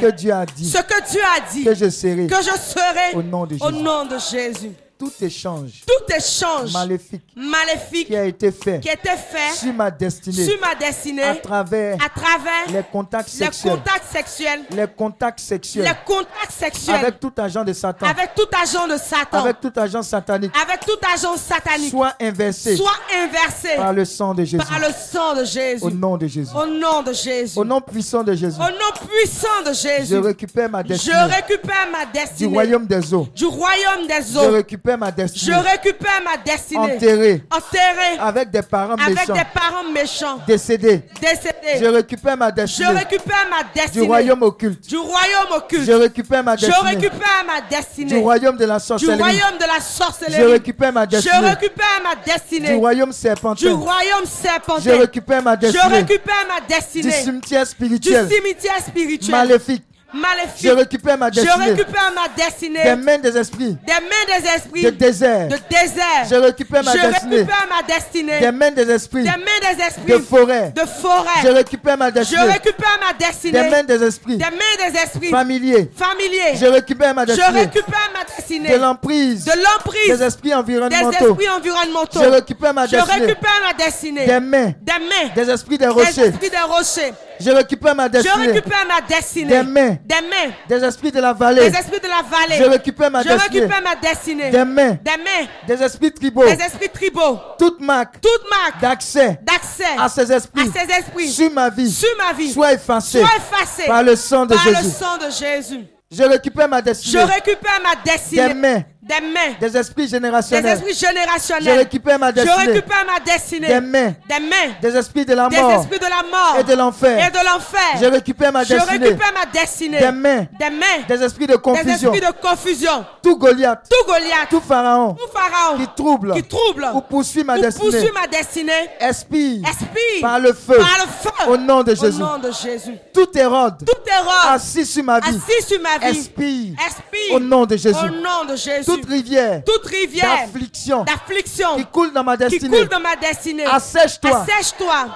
serai Dieu a dit ce que Dieu a dit que je serai. que je serai Au nom de au Jésus. nom de Jésus. Tout échange Tout échange maléfique maléfique qui a été fait qui était fait sur ma destinée sur ma destinée à travers à travers les contacts les sexuels, contacts sexuels, les contacts les sexuels contacts sexuels avec tout agent de Satan, avec tout agent de Satan, avec tout agent satanique, avec tout agent satanique, soit inversé soit inversé par le sang de Jésus. par le sang de Jésus. Au nom de Jésus. Au nom de Jésus. Au nom puissant de Jésus. Au nom puissant de Je Jésus. récupère ma Je destinée récupère ma du destinée royaume des eaux. du royaume des Je eaux. récupère ma Je destinée récupère ma destinée enterrée enterrée avec des parents avec méchants, des parents méchants décédés. Je décédés. récupère ma Je destinée récupère ma du destinée royaume occulte. du royaume Je occulte. récupère ma Je destinée récupère ma du destinée royaume de la du sorcellerie. royaume de la Je sorcellerie. récupère ma Je destinée récupère ma du destinée royaume du serpentin. royaume Je serpentin. récupère ma Je destinée récupère ma du destinée cimetière du spirituel cimetière spirituel maléfique. Je maléfique. récupère ma Je destinée récupère ma destinée des mains des esprits, des mains des esprits des déserts. de désert. Je récupère ma Je destinée récupère ma destinée des mains des esprits, des mains des esprits des forêts. de forêt. Je récupère ma Je destinée récupère ma destinée des mains des esprits des mains des esprits familiers. familiers. Je récupère ma Je destinée récupère ma destinée de l'emprise de l'emprise des esprits des environnementaux. esprits environnementaux. Je récupère ma Je destinée récupère ma destinée des mains des mains des esprits des des rochers. esprits des rochers. Je récupère ma Je destinée récupère ma destinée des mains des mains des esprits de la des vallée. esprits de la Je vallée. récupère ma Je destinée récupère ma destinée des mains des mains des esprits tribaux. des esprits tribaux. Toute marque Toute marque d'accès d'accès à ces à esprits ces esprits sur ma vie sur ma vie soit effacée soit effacée par le sang de par le Jésus. sang de Jésus. Je récupère ma Je destinée récupère ma des destinée mains des mains des esprits des générationnels. esprits Je générationnels. récupère ma Je destinée récupère ma destinée des mains des mains des esprits de la des mort esprits de la mort et de et l'enfer. de Je l'enfer. récupère ma Je destinée récupère ma destinée des mains des mains des esprits de des confusion. esprits de confusion. Tout Goliath, Tout Goliath, tout Pharaon tout Pharaon qui trouble qui trouble ou poursuit ma ou destinée poursuit ma destinée expire expire par le feu par le feu au nom de au Jésus. nom de Jésus. Tout Hérode Tout erreur assis sur ma vie assis sur ma vie expire expire au nom de Au Jésus. nom de Jésus. Toute rivière Toute rivière d'affliction d'affliction qui coule dans ma qui coule destinée dans ma destinée. assèche-toi Assèche-toi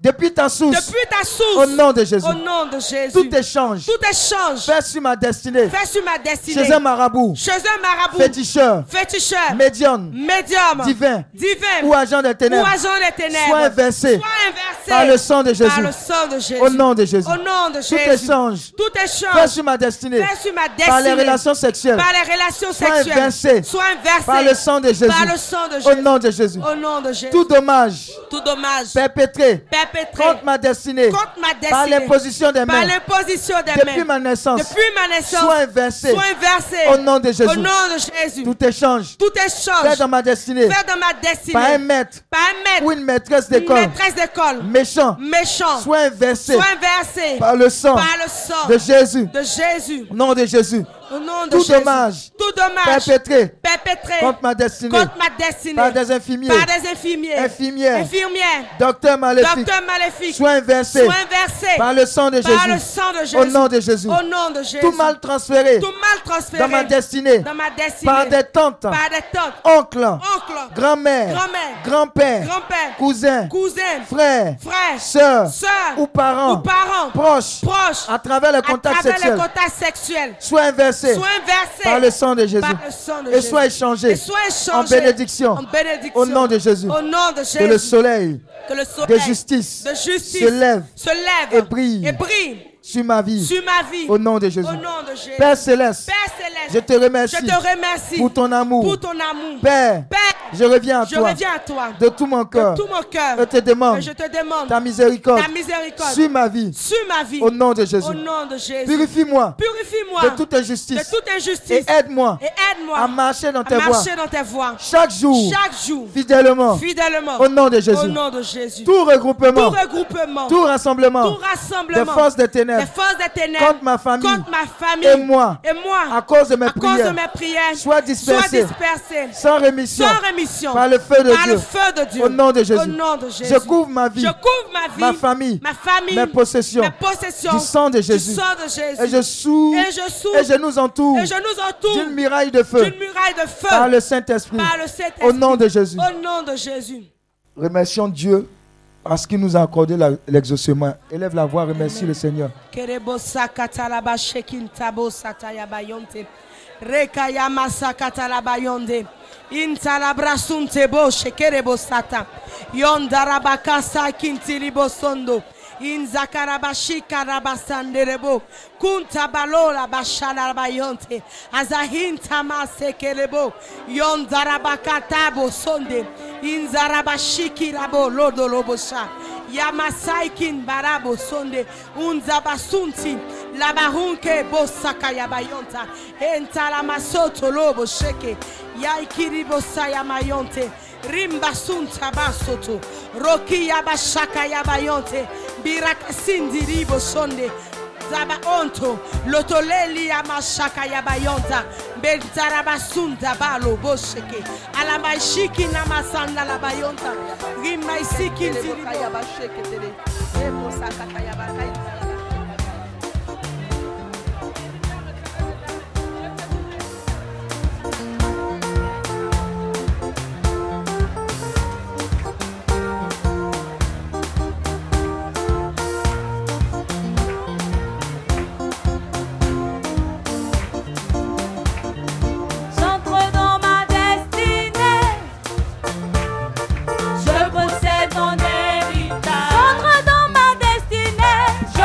Depuis ta source, Depuis ta source, au nom de Jésus, au nom de Jésus, tout échange tout échange vers sur ma destinée, fait sur ma destinée. chez un marabout, Chez un marabout, féticheur, féticheur, médium, médium, divin divin, ou agent des ou ténèbres, agent des ténèbres, soit inversé soit inversé par le sang de par Jésus. le sang de Jésus. Au nom de Jésus, Au nom de tout Jésus, échange tout échange vers sur ma destinée, fait sur ma destinée, par les relations sexuelles, par les relations soit sexuelles, inversé soit inversé par le sang de Jésus. par le sang de Jésus. Au nom de Jésus, Au nom de Jésus, tout dommage tout dommage perpétré perpétré contre ma destinée, contre ma destinée, par les positions des par mains, les positions des depuis mains, ma naissance, depuis ma naissance, soit inversé soit inversé au nom de au Jésus. nom de Jésus. Tout échange Tout échange fait dans ma destinée fait dans ma destinée par un maître par un maître, ou une maîtresse une d'école maîtresse d'école, méchant méchant, soit inversé soit inversé par le sang par le sang de Jésus. de Jésus. Au nom de Jésus, Au nom de Tout Jésus. dommage tout dommage perpétré perpétré contre ma destinée contre ma destinée par des infirmiers, par des infirmiers, infirmières, infirmières, docteurs maléfiques, docteurs maléfiques, soit inversé soit inversé par le sang de par le Jésus. sang de Jésus. Au nom de Jésus, Au nom de Jésus. tout mal transféré Tout mal transféré dans ma destinée dans ma destinée par des tantes, par des tantes, oncles, oncles, grand-mère, grand-mère, grand-père, grand-père, cousin, cousin, frère, frère, sœur sœur ou parent ou parent proche proche à travers le à contact travers sexuel le contact sexuel soit inversé soit inversé par le sang de Jésus par le sang de et Jésus soit échangé et soit échangé en bénédiction en bénédiction au nom de Jésus. Au nom de Jésus Que le soleil que le de soleil justice de justice se lève se lève et brille et brille sur ma vie sur ma vie au nom de Jésus. Au nom de Jésus. Père céleste, Père céleste, je te remercie je te remercie pour ton amour. pour ton amour. Père, Père, je reviens à je toi reviens à toi de tout mon de cœur. tout mon cœur. Je te demande Et je te demande ta miséricorde ta miséricorde sur ma vie sur ma vie au nom de Jésus. Au nom de Jésus. Purifie-moi Purifie-moi de toute de injustice toute et injustice aide-moi Et aide-moi à marcher dans à tes voies marcher dans tes voies chaque jour chaque jour fidèlement fidèlement au nom de Jésus. Au nom de Jésus. Tout Tout regroupement, regroupement, tout rassemblement tout rassemblement des forces des des ténèbres forces des ténèbres contre ma famille contre ma famille et moi et moi, à cause de mes à cause de prières mes prières, Sois dispersé. sois dispersé, sans rémission sans rémission, par le feu par de le Dieu. feu de Dieu. Au nom de Jésus. Au nom de Jésus. Je couvre ma vie, Je couvre ma vie, ma famille, ma famille, mes possessions, mes possessions, du sang de Jésus. du sang de Jésus. et je sous Et je sous- et je nous entoure Et je nous entoure d'une muraille de feu d'une muraille de feu par le Saint-Esprit. par le Saint-Esprit. Au nom de Jésus. Au nom de Jésus. Remercions Dieu parce qu'il nous a accordé la- l'exaucement. Élève la voix, remercie le Seigneur. Kerebosa katalaba shekin tabo sataya bayonte. Reka yama sakatala bayonde. Intalabra sunte bo shekerebo sata. Yondarabakasa kintilibo sondo. Inzakarabashika rabasanderebo. Kunta balola bashala bayonte. Azahinta masekerebo. Yondarabakatabo sonde. Inzarabashiki rabo lodolobosha. yamasaikin barabo sonde unzabasunti labahunke bosaka yabayonta entalamasoto lobo sheke yaikiribosa yamayonte rimbasunta basoto roki yabashaka yabayonte birakasindiribo sonde zaba onto lotoleli ya mashaka ya bayonta bentarabasunda balo bosheke alabaishiki na masanda la bayonta rimaisiki ntiribo J'entre dans ma destinée. Je possède mon héritage. J'entre dans ma destinée. Je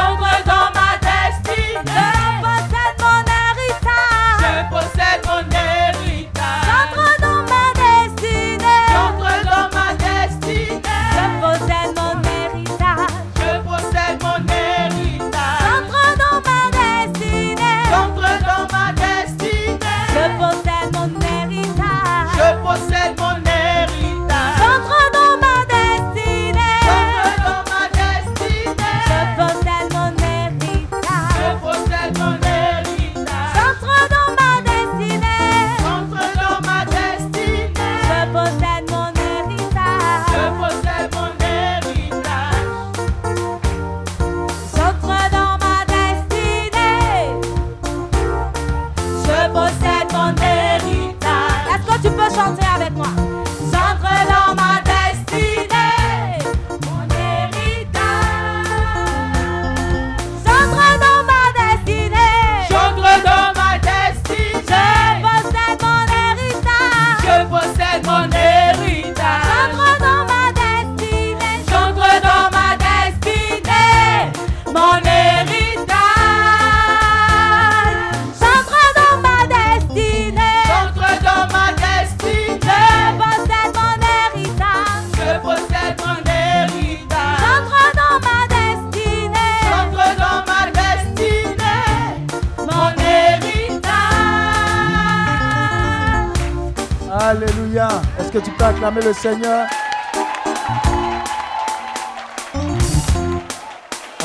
Alléluia. Est-ce que tu peux acclamer le Seigneur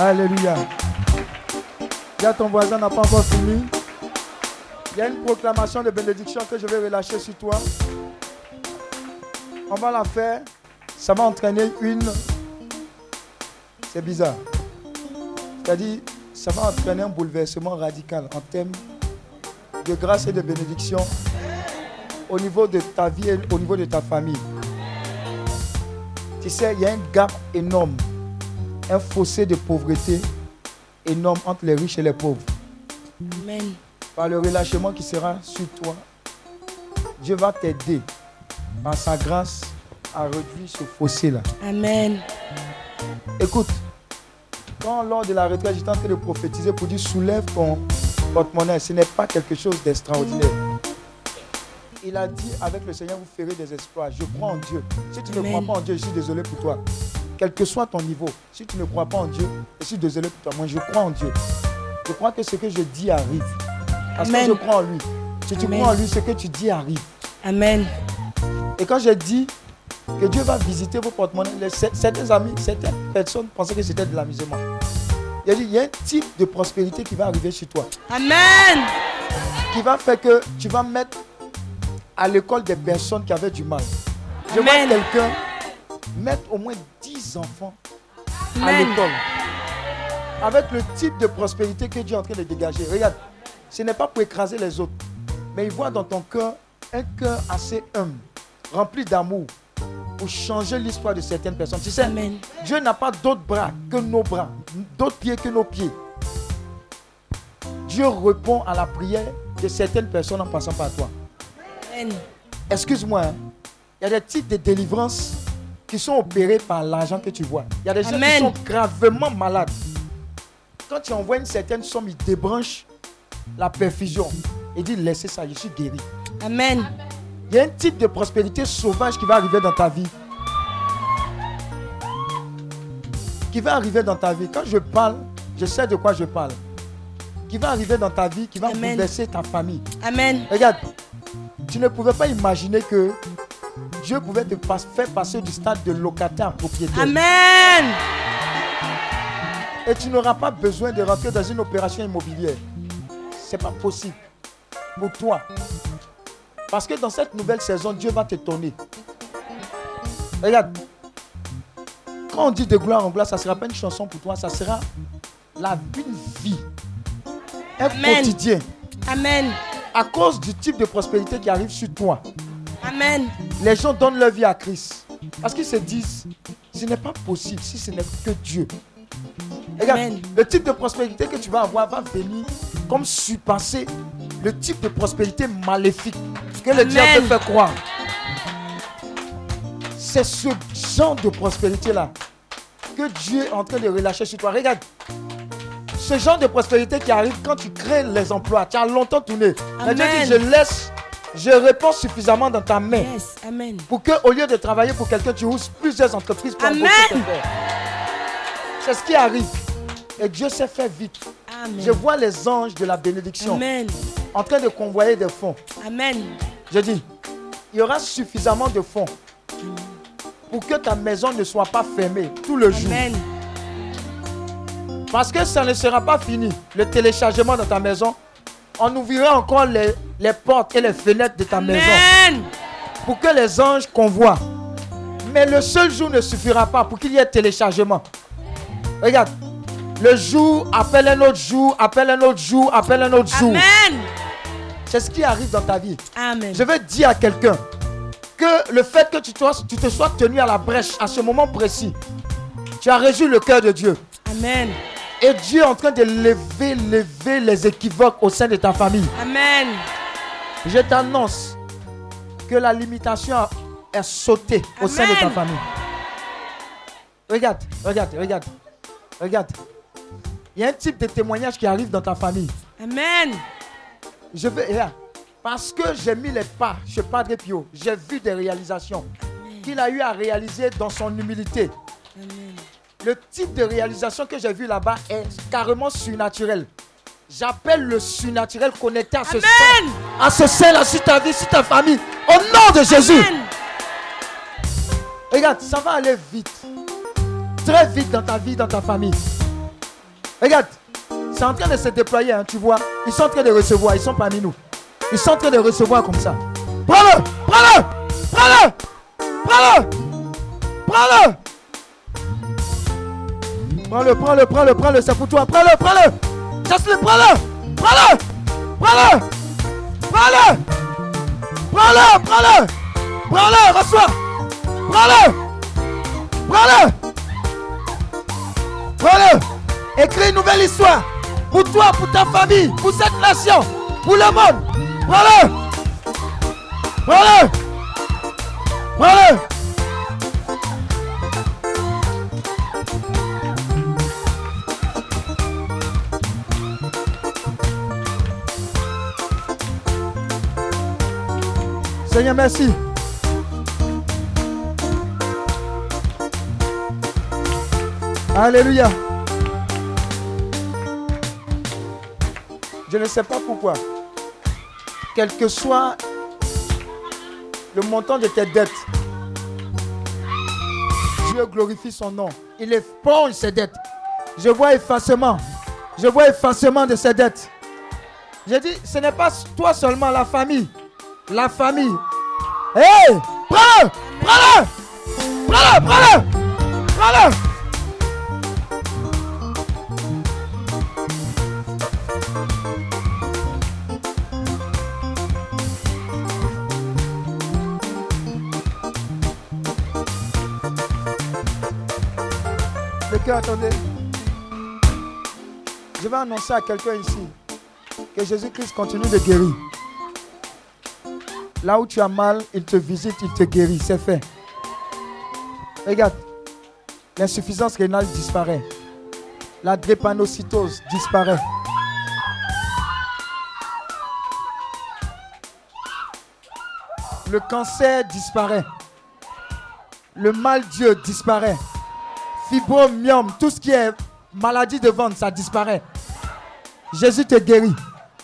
Alléluia. Là, ton voisin n'a pas encore fini. Il y a une proclamation de bénédiction que je vais relâcher sur toi. On va la faire. Ça va entraîner une. C'est bizarre. C'est-à-dire, ça va entraîner un bouleversement radical en termes de grâce et de bénédiction au niveau de ta vie et au niveau de ta famille. Tu sais, il y a un gap énorme, un fossé de pauvreté énorme entre les riches et les pauvres. Amen. Par le relâchement qui sera sur toi, Dieu va t'aider par sa grâce à réduire ce fossé-là. Amen. Écoute, quand lors de la retraite, j'étais en train de prophétiser pour dire soulève ton porte-monnaie, ce n'est pas quelque chose d'extraordinaire il a dit avec le Seigneur, vous ferez des exploits. Je crois en Dieu. Si tu ne Amen. crois pas en Dieu, je suis désolé pour toi. Quel que soit ton niveau, si tu ne crois pas en Dieu, je suis désolé pour toi. Moi, je crois en Dieu. Je crois que ce que je dis arrive. Parce Amen. que je crois en lui. Si tu Amen. crois en lui, ce que tu dis arrive. Amen. Et quand je dis que Dieu va visiter vos porte-monnaies, les- cer- certains amis, certaines personnes pensaient que c'était de l'amusement. Il a dit, il y a un type de prospérité qui va arriver sur toi Amen. qui va faire que tu vas mettre à l'école des personnes qui avaient du mal. Je vois Amen. quelqu'un mettre au moins 10 enfants à Amen. l'école. Avec le type de prospérité que Dieu est en train de dégager. Regarde, ce n'est pas pour écraser les autres, mais il voit dans ton cœur un cœur assez humble, rempli d'amour, pour changer l'histoire de certaines personnes. Tu sais, Amen. Dieu n'a pas d'autres bras que nos bras, d'autres pieds que nos pieds. Dieu répond à la prière de certaines personnes en passant par toi. Amen. Excuse-moi, hein, il y a des types de délivrance qui sont opérés par l'argent que tu vois. Il y a des gens Amen. qui sont gravement malades. Quand tu envoies une certaine somme, il débranche la perfusion. Il dit, laissez ça, je suis guéri. Amen. Il y a un type de prospérité sauvage qui va arriver dans ta vie. Qui va arriver dans ta vie. Quand je parle, je sais de quoi je parle. Qui va arriver dans ta vie, qui va Amen. bouleverser ta famille. Amen. Regarde, tu ne pouvais pas imaginer que Dieu pouvait te pas- faire passer du stade de locataire à propriétaire. Amen. Et tu n'auras pas besoin de rentrer dans une opération immobilière. C'est pas possible pour toi. Parce que dans cette nouvelle saison, Dieu va te tourner. Regarde. Quand on dit de gloire en gloire, ça ne sera pas une chanson pour toi, ça sera la une vie. Un Amen. quotidien. Amen. À cause du type de prospérité qui arrive sur toi, Amen. les gens donnent leur vie à Christ. Parce qu'ils se disent, ce n'est pas possible si ce n'est que Dieu. Regarde, Amen. le type de prospérité que tu vas avoir va venir comme surpasser le type de prospérité maléfique que le Amen. diable te fait croire. C'est ce genre de prospérité-là que Dieu est en train de relâcher sur toi. Regarde, ce genre de prospérité qui arrive quand tu crées les emplois, tu as longtemps tourné. Mais Dieu Amen. dit, je laisse, je réponds suffisamment dans ta main Yes. Amen. pour que au lieu de travailler pour quelqu'un, tu ouvres plusieurs entreprises pour Amen. embaucher tes frères. C'est ce qui arrive. Et Dieu sait faire vite. Amen. Je vois les anges de la bénédiction Amen. en train de convoyer des fonds. Amen. Je dis, il y aura suffisamment de fonds pour que ta maison ne soit pas fermée tout le jour. Amen. Parce que ça ne sera pas fini. Le téléchargement dans ta maison, on ouvrira encore les, les portes et les fenêtres de ta maison. Amen. pour que les anges convoient. Mais le seul jour ne suffira pas pour qu'il y ait téléchargement. Regarde, le jour appelle un autre jour, appelle un autre jour, appelle un autre jour. Amen. C'est ce qui arrive dans ta vie. Amen. Je veux dire à quelqu'un que le fait que tu te, tu te sois tenu à la brèche à ce moment précis, tu as réjoui le cœur de Dieu. Amen. Et Dieu est en train de lever, lever les équivoques au sein de ta famille. Amen. Je t'annonce que la limitation a- est sautée au sein de ta Amen. famille. Regarde, regarde, regarde, regarde. Il y a un type de témoignage qui arrive dans ta famille. Amen. Je veux, regarde. parce que j'ai mis les pas chez Padre Pio, j'ai vu des réalisations qu'il a eu à réaliser dans son humilité. Amen. Le type de réalisation que j'ai vu là-bas est carrément surnaturel. J'appelle le surnaturel connecté à ce sein, Amen. à ce sein-là sur ta vie, sur ta famille, au nom de Jésus. Amen. Regarde, ça va aller vite. Très vite dans ta vie, dans ta famille. Regarde, c'est en train de se déployer, hein, tu vois. Ils sont en train de recevoir, ils sont parmi nous. Ils sont en train de recevoir comme ça. Prends-le, prends-le, prends-le, prends-le, prends-le. Prends-le, prends-le, prends-le, prends-le, c'est pour toi. Prends-le, prends-le. Jasmine, prends-le, prends-le, prends-le, prends-le, prends-le, prends-le, prends-le, reçois. Prends-le Prends-le Prends-le Écris une nouvelle histoire Pour toi, pour ta famille, pour cette nation, pour le monde Prends-le Prends-le Prends-le Seigneur, merci. Alléluia. Je ne sais pas pourquoi. Quel que soit le montant de tes dettes, Dieu glorifie son nom. Il éponge ses dettes. Je vois effacement. Je vois effacement de ses dettes. Je dis, ce n'est pas toi seulement, la famille. La famille. Hé! prends-le! Prends-le! Prends-le! Prends-le! Prends-le! Le cœur, attendez. Je vais annoncer à quelqu'un ici que Jésus-Christ continue de guérir. Là où tu as mal, il te visite, il te guérit, c'est fait. Regarde, l'insuffisance rénale disparaît. La drépanocytose disparaît. Le cancer disparaît. Le mal Dieu disparaît fibromyome, tout ce qui est maladie de ventre, ça disparaît. Jésus te guérit.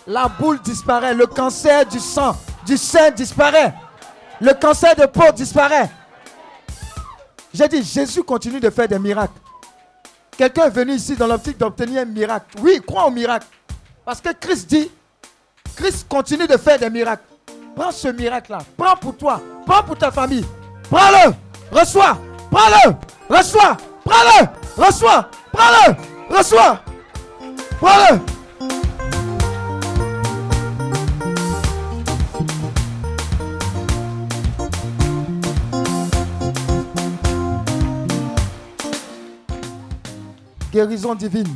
La boule disparaît. Le cancer du sang, du sein disparaît. Le cancer de peau disparaît. J'ai dit, Jésus continue de faire des miracles. Quelqu'un est venu ici dans l'optique d'obtenir un miracle. Oui, crois au miracle. Parce que Christ dit, Christ continue de faire des miracles. Prends ce miracle-là. Prends pour toi. Prends pour ta famille. Prends-le. Reçois. Prends-le. Reçois. Prends-le. Reçois. Prends-le. Reçois. Prends-le. Guérison divine.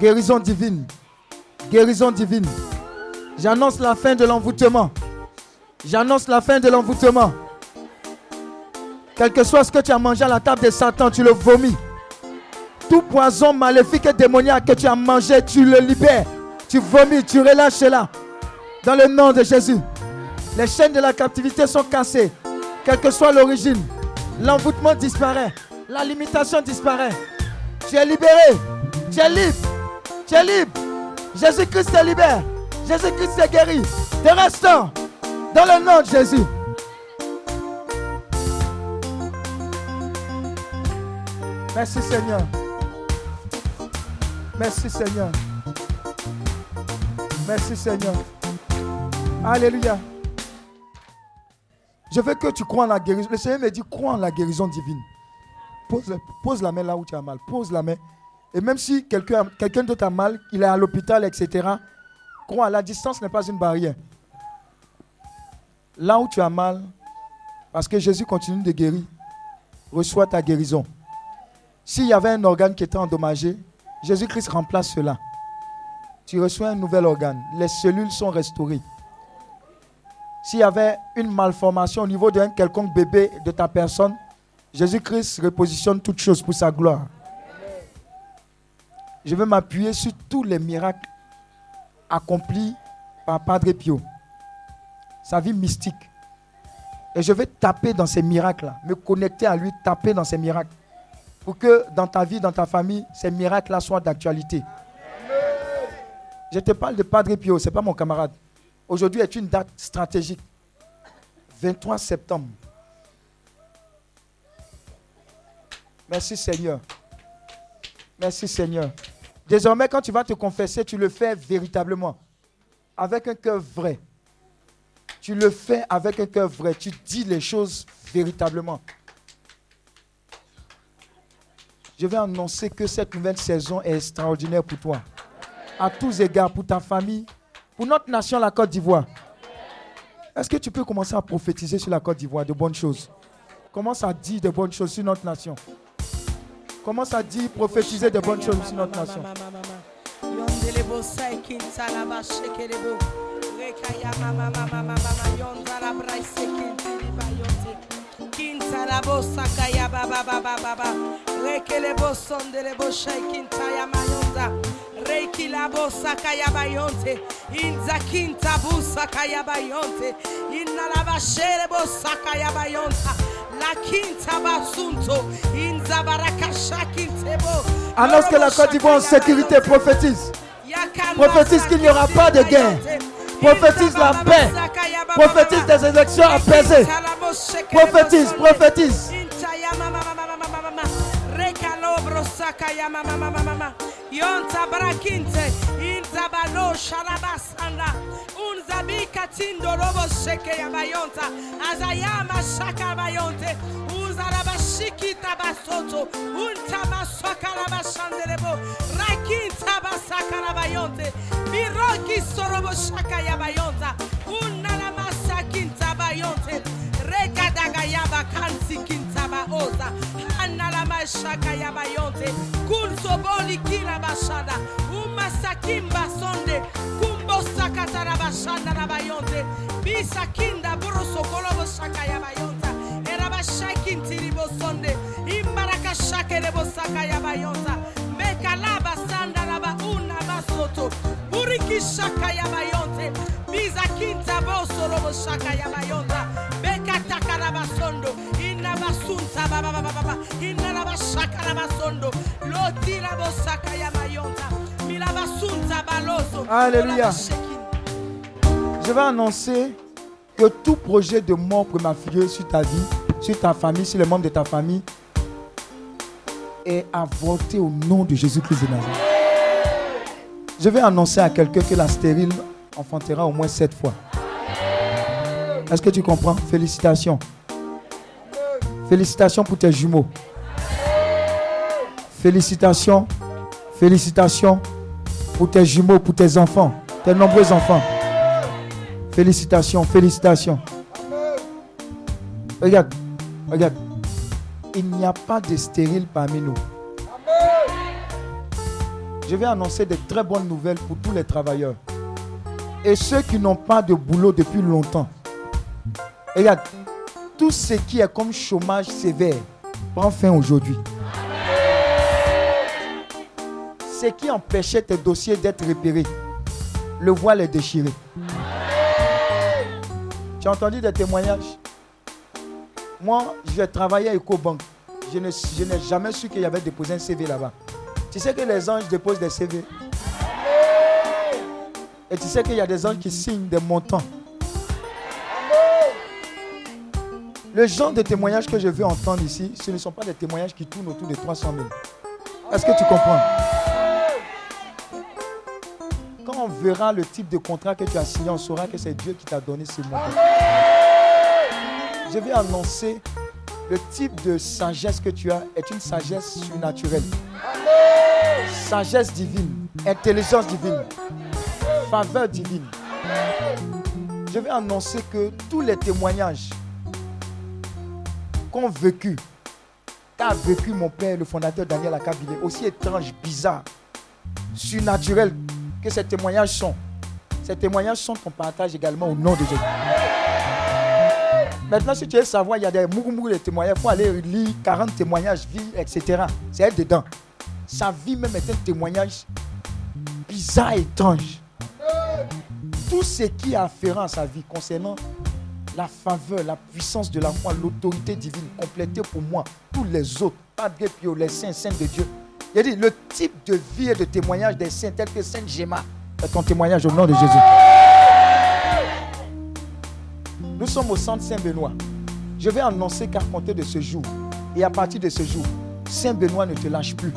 Guérison divine. Guérison divine. J'annonce la fin de l'envoûtement. J'annonce la fin de l'envoûtement. Quel que soit ce que tu as mangé à la table de Satan, tu le vomis. Tout poison maléfique et démoniaque que tu as mangé, tu le libères. Tu vomis, tu relâches cela. Dans le nom de Jésus. Les chaînes de la captivité sont cassées. Quelle que soit l'origine, l'envoûtement disparaît. La limitation disparaît. Tu es libéré. Tu es libre. Tu es libre. Jésus-Christ te libère. Jésus-Christ te guérit. Te restaure. Dans le nom de Jésus. Merci Seigneur. Merci Seigneur. Merci Seigneur. Alléluia. Je veux que tu crois en la guérison. Le Seigneur me dit, crois en la guérison divine. Pose, pose la main là où tu as mal. Pose la main. Et même si quelqu'un quelqu'un d'autre a mal, il est à l'hôpital, etc., crois, la distance n'est pas une barrière. Là où tu as mal, parce que Jésus continue de guérir, reçois ta guérison. S'il y avait un organe qui était endommagé, Jésus-Christ remplace cela. Tu reçois un nouvel organe. Les cellules sont restaurées. S'il y avait une malformation au niveau d'un quelconque bébé de ta personne, Jésus-Christ repositionne toutes choses pour sa gloire. Je veux m'appuyer sur tous les miracles accomplis par Padre Pio. Sa vie mystique. Et je vais taper dans ces miracles-là, me connecter à lui, taper dans ces miracles pour que dans ta vie, dans ta famille, ces miracles-là soient d'actualité. Je te parle de Padre Pio, ce n'est pas mon camarade. Aujourd'hui est une date stratégique. 23 septembre. Merci Seigneur. Merci Seigneur. Désormais, quand tu vas te confesser, tu le fais véritablement. Avec un cœur vrai. Tu le fais avec un cœur vrai. Tu dis les choses véritablement. Je vais annoncer que cette nouvelle saison est extraordinaire pour toi. À tous égards, pour ta famille, pour notre nation, la Côte d'Ivoire. Est-ce que tu peux commencer à prophétiser sur la Côte d'Ivoire de bonnes choses Commence à dire de bonnes choses sur notre nation. Commence à dire, prophétiser de bonnes choses sur notre nation. Rekilaboosakayabayonte, inzakintabusakayabayonte, inalabashereboosakayabayonta, lakintabasunto, inzabarakashakintebo. Annonce que la Côte d'Ivoire en sécurité prophétise. Prophétise qu'il n'y aura pas de guerre. Prophétise la paix. Prophétise des élections apaisées. Prophétise, prophétise. Alléluia. Je vais annoncer que tout projet de mort prématuré sur ta vie, sur ta famille, sur les membres de ta famille est avorté au nom de Jésus-Christ de Nazareth. Je vais annoncer à quelqu'un que la stérile enfantera au moins sept fois. Est-ce que tu comprends Félicitations. Félicitations pour tes jumeaux. Félicitations. Félicitations pour tes jumeaux, pour tes enfants, tes nombreux enfants. Félicitations, félicitations. Regarde, regarde. Il n'y a pas de stérile parmi nous. Je vais annoncer de très bonnes nouvelles pour tous les travailleurs. Et ceux qui n'ont pas de boulot depuis longtemps. Regarde, tout ce qui est comme chômage sévère prend fin aujourd'hui. ce qui empêchait tes dossiers d'être repérés, le voile est déchiré. J'ai entendu des témoignages. Moi, je travaillais à EcoBank. Je, ne- je n'ai jamais su qu'il y avait déposé un CV là-bas. Tu sais que les anges déposent des CV. Et tu sais qu'il y a des anges qui signent des montants. Le genre de témoignages que je veux entendre ici, ce ne sont pas des témoignages qui tournent autour de 300 000. Est-ce que tu comprends Quand on verra le type de contrat que tu as signé, on saura que c'est Dieu qui t'a donné ce montant. Je vais annoncer le type de sagesse que tu as est une sagesse surnaturelle. Sagesse divine, intelligence divine, faveur divine. Je vais annoncer que tous les témoignages qu'ont vécu qu'a vécu mon père, le fondateur Daniel Akabilé, aussi étrange, bizarre, surnaturel que ces témoignages sont. Ces témoignages sont qu'on partage également au nom de Jésus. Maintenant, si tu veux savoir, il y a des mourmours de témoignages. Il faut aller lire 40 témoignages, vie, etc. C'est dedans. Sa vie même est un témoignage bizarre, étrange. Tout ce qui est afférent à sa vie concernant la faveur, la puissance de la foi, l'autorité divine complétée pour moi, tous les autres, Padre Pio, les saints, saints de Dieu. Il dit le type de vie et de témoignage des saints tels que Sainte Gemma, Faites ton témoignage au nom de Jésus. Nous sommes au centre Saint-Benoît. Je vais annoncer qu'à compter de ce jour, et à partir de ce jour, Saint-Benoît ne te lâche plus.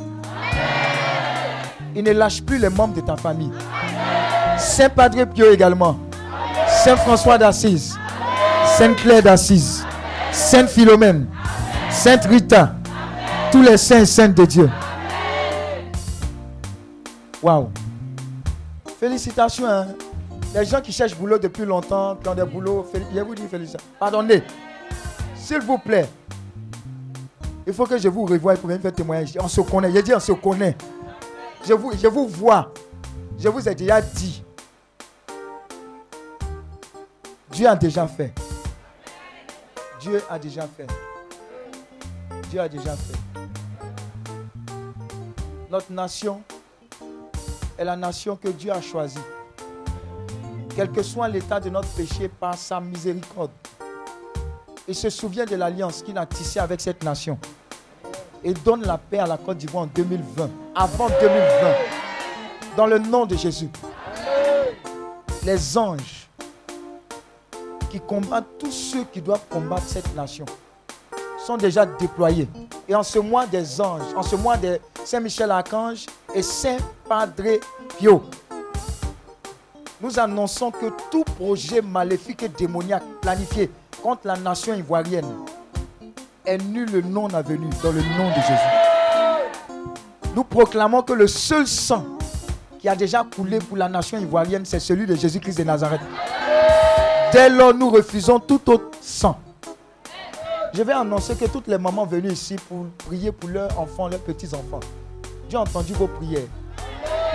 Il ne lâche plus les membres de ta famille. Saint-Padre Pio également. Saint-François d'Assise. Sainte-Claire d'Assise. Sainte-Philomène. Sainte Rita. Tous les saints et saintes de Dieu. Waouh. Félicitations. hein. Les gens qui cherchent boulot depuis longtemps, dans des boulots, féli- je vous dis félicitations. Pardonnez. S'il vous plaît. Il faut que je vous revoie pour venir faire témoignage. On se connaît. J'ai dit on se connaît. Je vous, je vous vois. Je vous ai déjà dit. Dieu a déjà fait. Dieu a déjà fait. Dieu a déjà fait. Notre nation est la nation que Dieu a choisie. Quel que soit l'état de notre péché, par sa miséricorde, il se souvient de l'alliance qu'il a tissée avec cette nation et donne la paix à la Côte d'Ivoire en 2020, avant 2020, dans le nom de Jésus. Les anges qui combattent tous ceux qui doivent combattre cette nation sont déjà déployés. Et en ce mois des anges, en ce mois de Saint-Michel-Archange et Saint-Padre Pio, nous annonçons que tout projet maléfique et démoniaque planifié contre la nation ivoirienne est nul le non avenu dans le nom de Jésus. Nous proclamons que le seul sang qui a déjà coulé pour la nation ivoirienne, c'est celui de Jésus-Christ de Nazareth. Dès lors, nous refusons tout autre sang. Je vais annoncer que toutes les mamans venues ici pour prier pour leurs enfants, leurs petits-enfants. Dieu a entendu vos prières.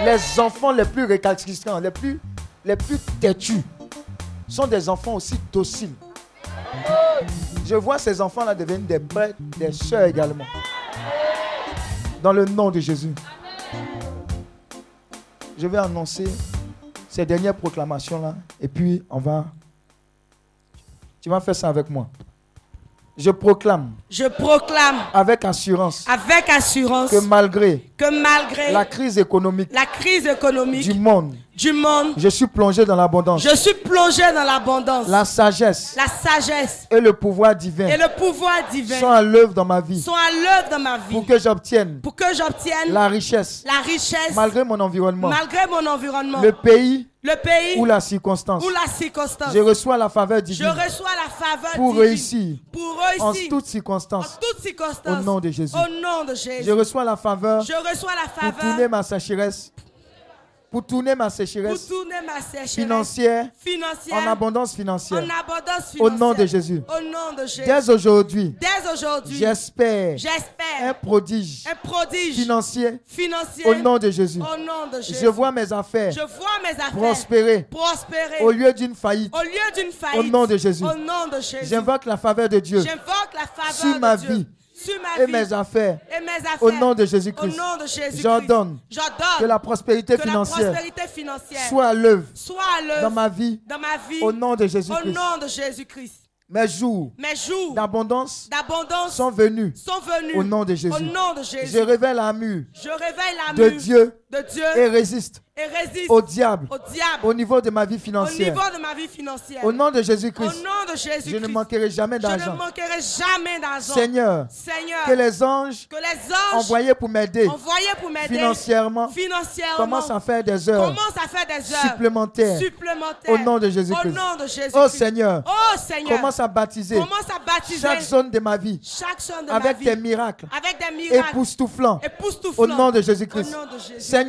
Les enfants les plus récalcitrants, les plus, les plus têtus, sont des enfants aussi dociles. Je vois ces enfants-là devenir des prêtres, des sœurs également. Dans le nom de Jésus. Je vais annoncer ces dernières proclamations-là et puis on va... Tu vas faire ça avec moi. Je proclame Je proclame avec assurance avec assurance que malgré que malgré la crise économique la crise du économique monde, du monde, je suis plongé dans l'abondance, je suis plongé dans l'abondance, la sagesse la sagesse et le pouvoir divin et le pouvoir sont divin à l'œuvre dans ma vie sont à l'œuvre dans ma vie pour que j'obtienne pour que j'obtienne la richesse la richesse malgré mon environnement, malgré mon environnement, le le, pays pays ou la circonstance. ou la circonstance. Je reçois la faveur Je divine reçois la faveur pour divine réussir pour en réussir toutes en circonstances. toutes circonstances Au nom de Jésus. Au nom de Jésus. Je reçois la faveur Je reçois la pour tourner faveur ma sécheresse, pour tourner ma pour sécheresse tourner ma sécheresse financière financière en abondance en financière. abondance financière. Au nom de Jésus. Au nom de Jésus. Dès aujourd'hui, Dès aujourd'hui, j'espère un j'espère prodige un prodige financier financier au nom de Jésus. au nom de Jésus. Je vois mes affaires Je vois mes affaires prospérer prospérer au lieu d'une faillite. au lieu d'une faillite. Au nom de Jésus. Au nom de Jésus. J'invoque la faveur de Dieu J'invoque la faveur Sur de ma Dieu. vie. sur ma et vie mes affaires. et mes affaires. Au nom de Jésus-Christ. Au nom de Jésus-Christ. J'ordonne J'ordonne Que la prospérité que la financière prospérité financière soit à l'œuvre soit à l'œuvre dans ma vie dans ma vie. au nom de Au Jésus-Christ. nom de Jésus-Christ. Mes jours Mes jours d'abondance d'abondance sont venus sont venus au nom de Jésus. Au nom de Je Jésus. révèle la mue Je réveille la de mue Dieu de Dieu et résiste et résiste au diable au diable au niveau de ma vie au financière. niveau de ma vie financière. Au nom de Au Jésus-Christ, nom de Jésus-Christ. je ne manquerai jamais Je ne d'argent. manquerai jamais d'argent. Seigneur, Seigneur, que les anges que les anges envoyés pour m'aider envoyés pour m'aider financièrement financièrement commencent à faire des heures commencent à faire des heures supplémentaires supplémentaires au nom de Jésus-Christ. Au nom de Jésus-Christ. Oh Seigneur, Oh Seigneur, commence à baptiser commence à baptiser chaque zone de ma vie chaque zone de ma avec vie tes miracles avec des miracles époustouflants époustouflants. au nom de Jésus-Christ. Au nom de Jésus. Seigneur,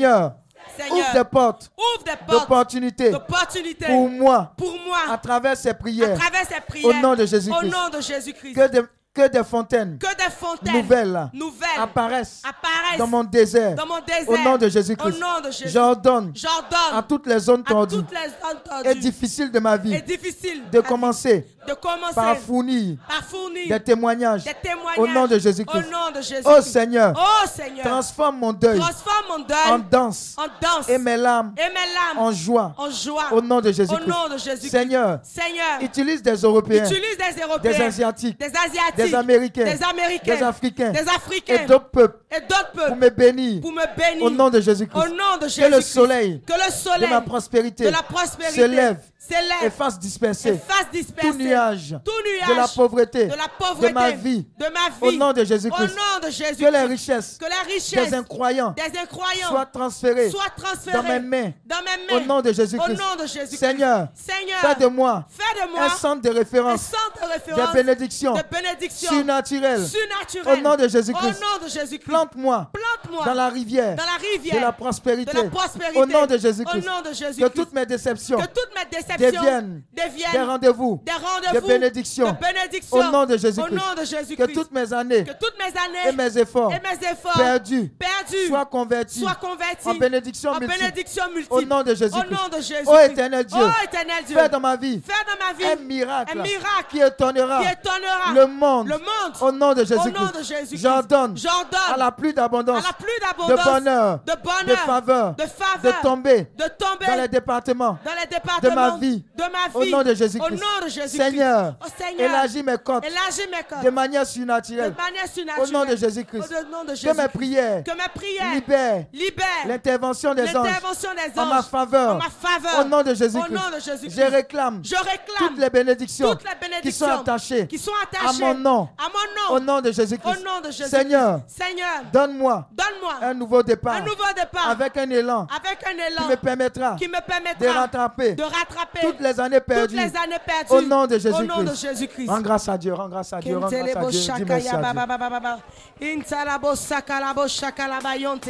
Seigneur, ouvre des portes ouvre des portes d'opportunités d'opportunités pour moi pour moi à travers ces à prières. travers ces prières Au nom de Jésus-Christ. Au nom de Jésus-Christ. Que des, que des fontaines Que des fontaines nouvelles nouvelles apparaissent apparaissent dans mon désert dans mon désert. au nom de Jésus-Christ. Au nom de Jésus. J'ordonne à J'ordonne toutes les zones à, tordues toutes les zones tordues et difficiles de ma vie et difficiles de à- commencer de commencer par fournir par fournir des témoignages des témoignages au nom de Au Jésus-Christ. nom de Jésus. Oh Seigneur, Oh Seigneur, transforme mon deuil transforme mon en deuil danse en danse et mes larmes et mes larmes en joie en joie. au nom de Au nom de Jésus-Christ. Jésus-Christ. Seigneur, Seigneur, utilise des Européens, utilise des Européens, des Asiatiques, des Asiatiques, des des Américains, des Américains, des Africains, des Africains, et d'autres peuples et d'autres peuples pour me bénir pour me bénir au nom de Jésus-Christ. Au nom de Que le Jésus-Christ. soleil que le de soleil ma prospérité de la prospérité se lève s'élève et fasse et disperser fasse disperser tout nuage tout nuage de la pauvreté, de la pauvreté, de ma vie, de ma vie, au nom de au Jésus-Christ. nom de Jésus, Que les richesses que la richesse des incroyants des incroyants soient transférées soit transférée dans mes mains. dans mes Au mains. nom de Au Jésus-Christ. nom de Jésus-Christ. Seigneur, Seigneur, fais de moi fais de moi un centre de un référence centre de référence des bénédictions de bénédiction surnaturelles. surnaturelles. Au nom de Jésus-Christ. Au nom de Jésus-Christ. Plante-moi Plante-moi dans la rivière dans la rivière de la prospérité. de la prospérité. Au nom de Jésus-Christ. Au nom de Que Jésus-Christ. toutes mes déceptions que toutes mes déceptions deviennent deviennent des rendez-vous des rendez-vous, de bénédiction. de bénédiction. Au nom de Au Jésus-Christ. nom de Jésus-Christ. Que toutes mes années Que toutes mes années et mes efforts et mes efforts perdus perdus soient convertis soient convertis en bénédictions en multiples. bénédictions multiples. Au nom de Au nom Jésus-Christ. de Jésus-Christ. Ô éternel Dieu, Ô éternel Dieu, fais dans ma vie fais dans ma vie un miracle un miracle qui étonnera qui étonnera le monde le monde. au nom de Au nom de Jésus-Christ. Jésus-Christ. J'ordonne J'ordonne à la pluie d'abondance, à la pluie de d'abondance, bonheur, de bonheur, de faveur, de faveur, de tomber de tomber dans les départements dans les départements de ma vie, de ma au vie, nom de Jésus-Christ. au nom de Jésus-Christ. Seigneur, Oh, Seigneur, élargis mes côtes élargis mes corps de manière surnaturelle de manière au surnaturelle. nom de Jésus-Christ. Au nom de Que mes Jésus-Christ. prières Que mes prières libèrent libèrent l'intervention des anges l'intervention des en ma anges faveur en ma faveur. au nom de Au nom de Jésus-Christ. Jésus-Christ. Je réclame Je réclame toutes les bénédictions toutes les qui bénédictions sont attachées qui sont à attachées mon nom à mon nom, au nom de Jésus-Christ. au nom de Jésus-Christ. Seigneur, Seigneur, donne-moi donne-moi un nouveau départ un nouveau départ avec un élan avec un qui élan me permettra qui me de permettra rattraper de rattraper toutes les années toutes perdues. les années perdues Au nom de Au nom de Jésus-Christ. Jésus-Christ. Rends grâce à Dieu, rends grâce à Dieu, rends grâce à Kentelebo Dieu. Dis shaka merci ya à ba ba Dieu. ba ba ba ba. Intalabo shaka labo shaka la bayonte.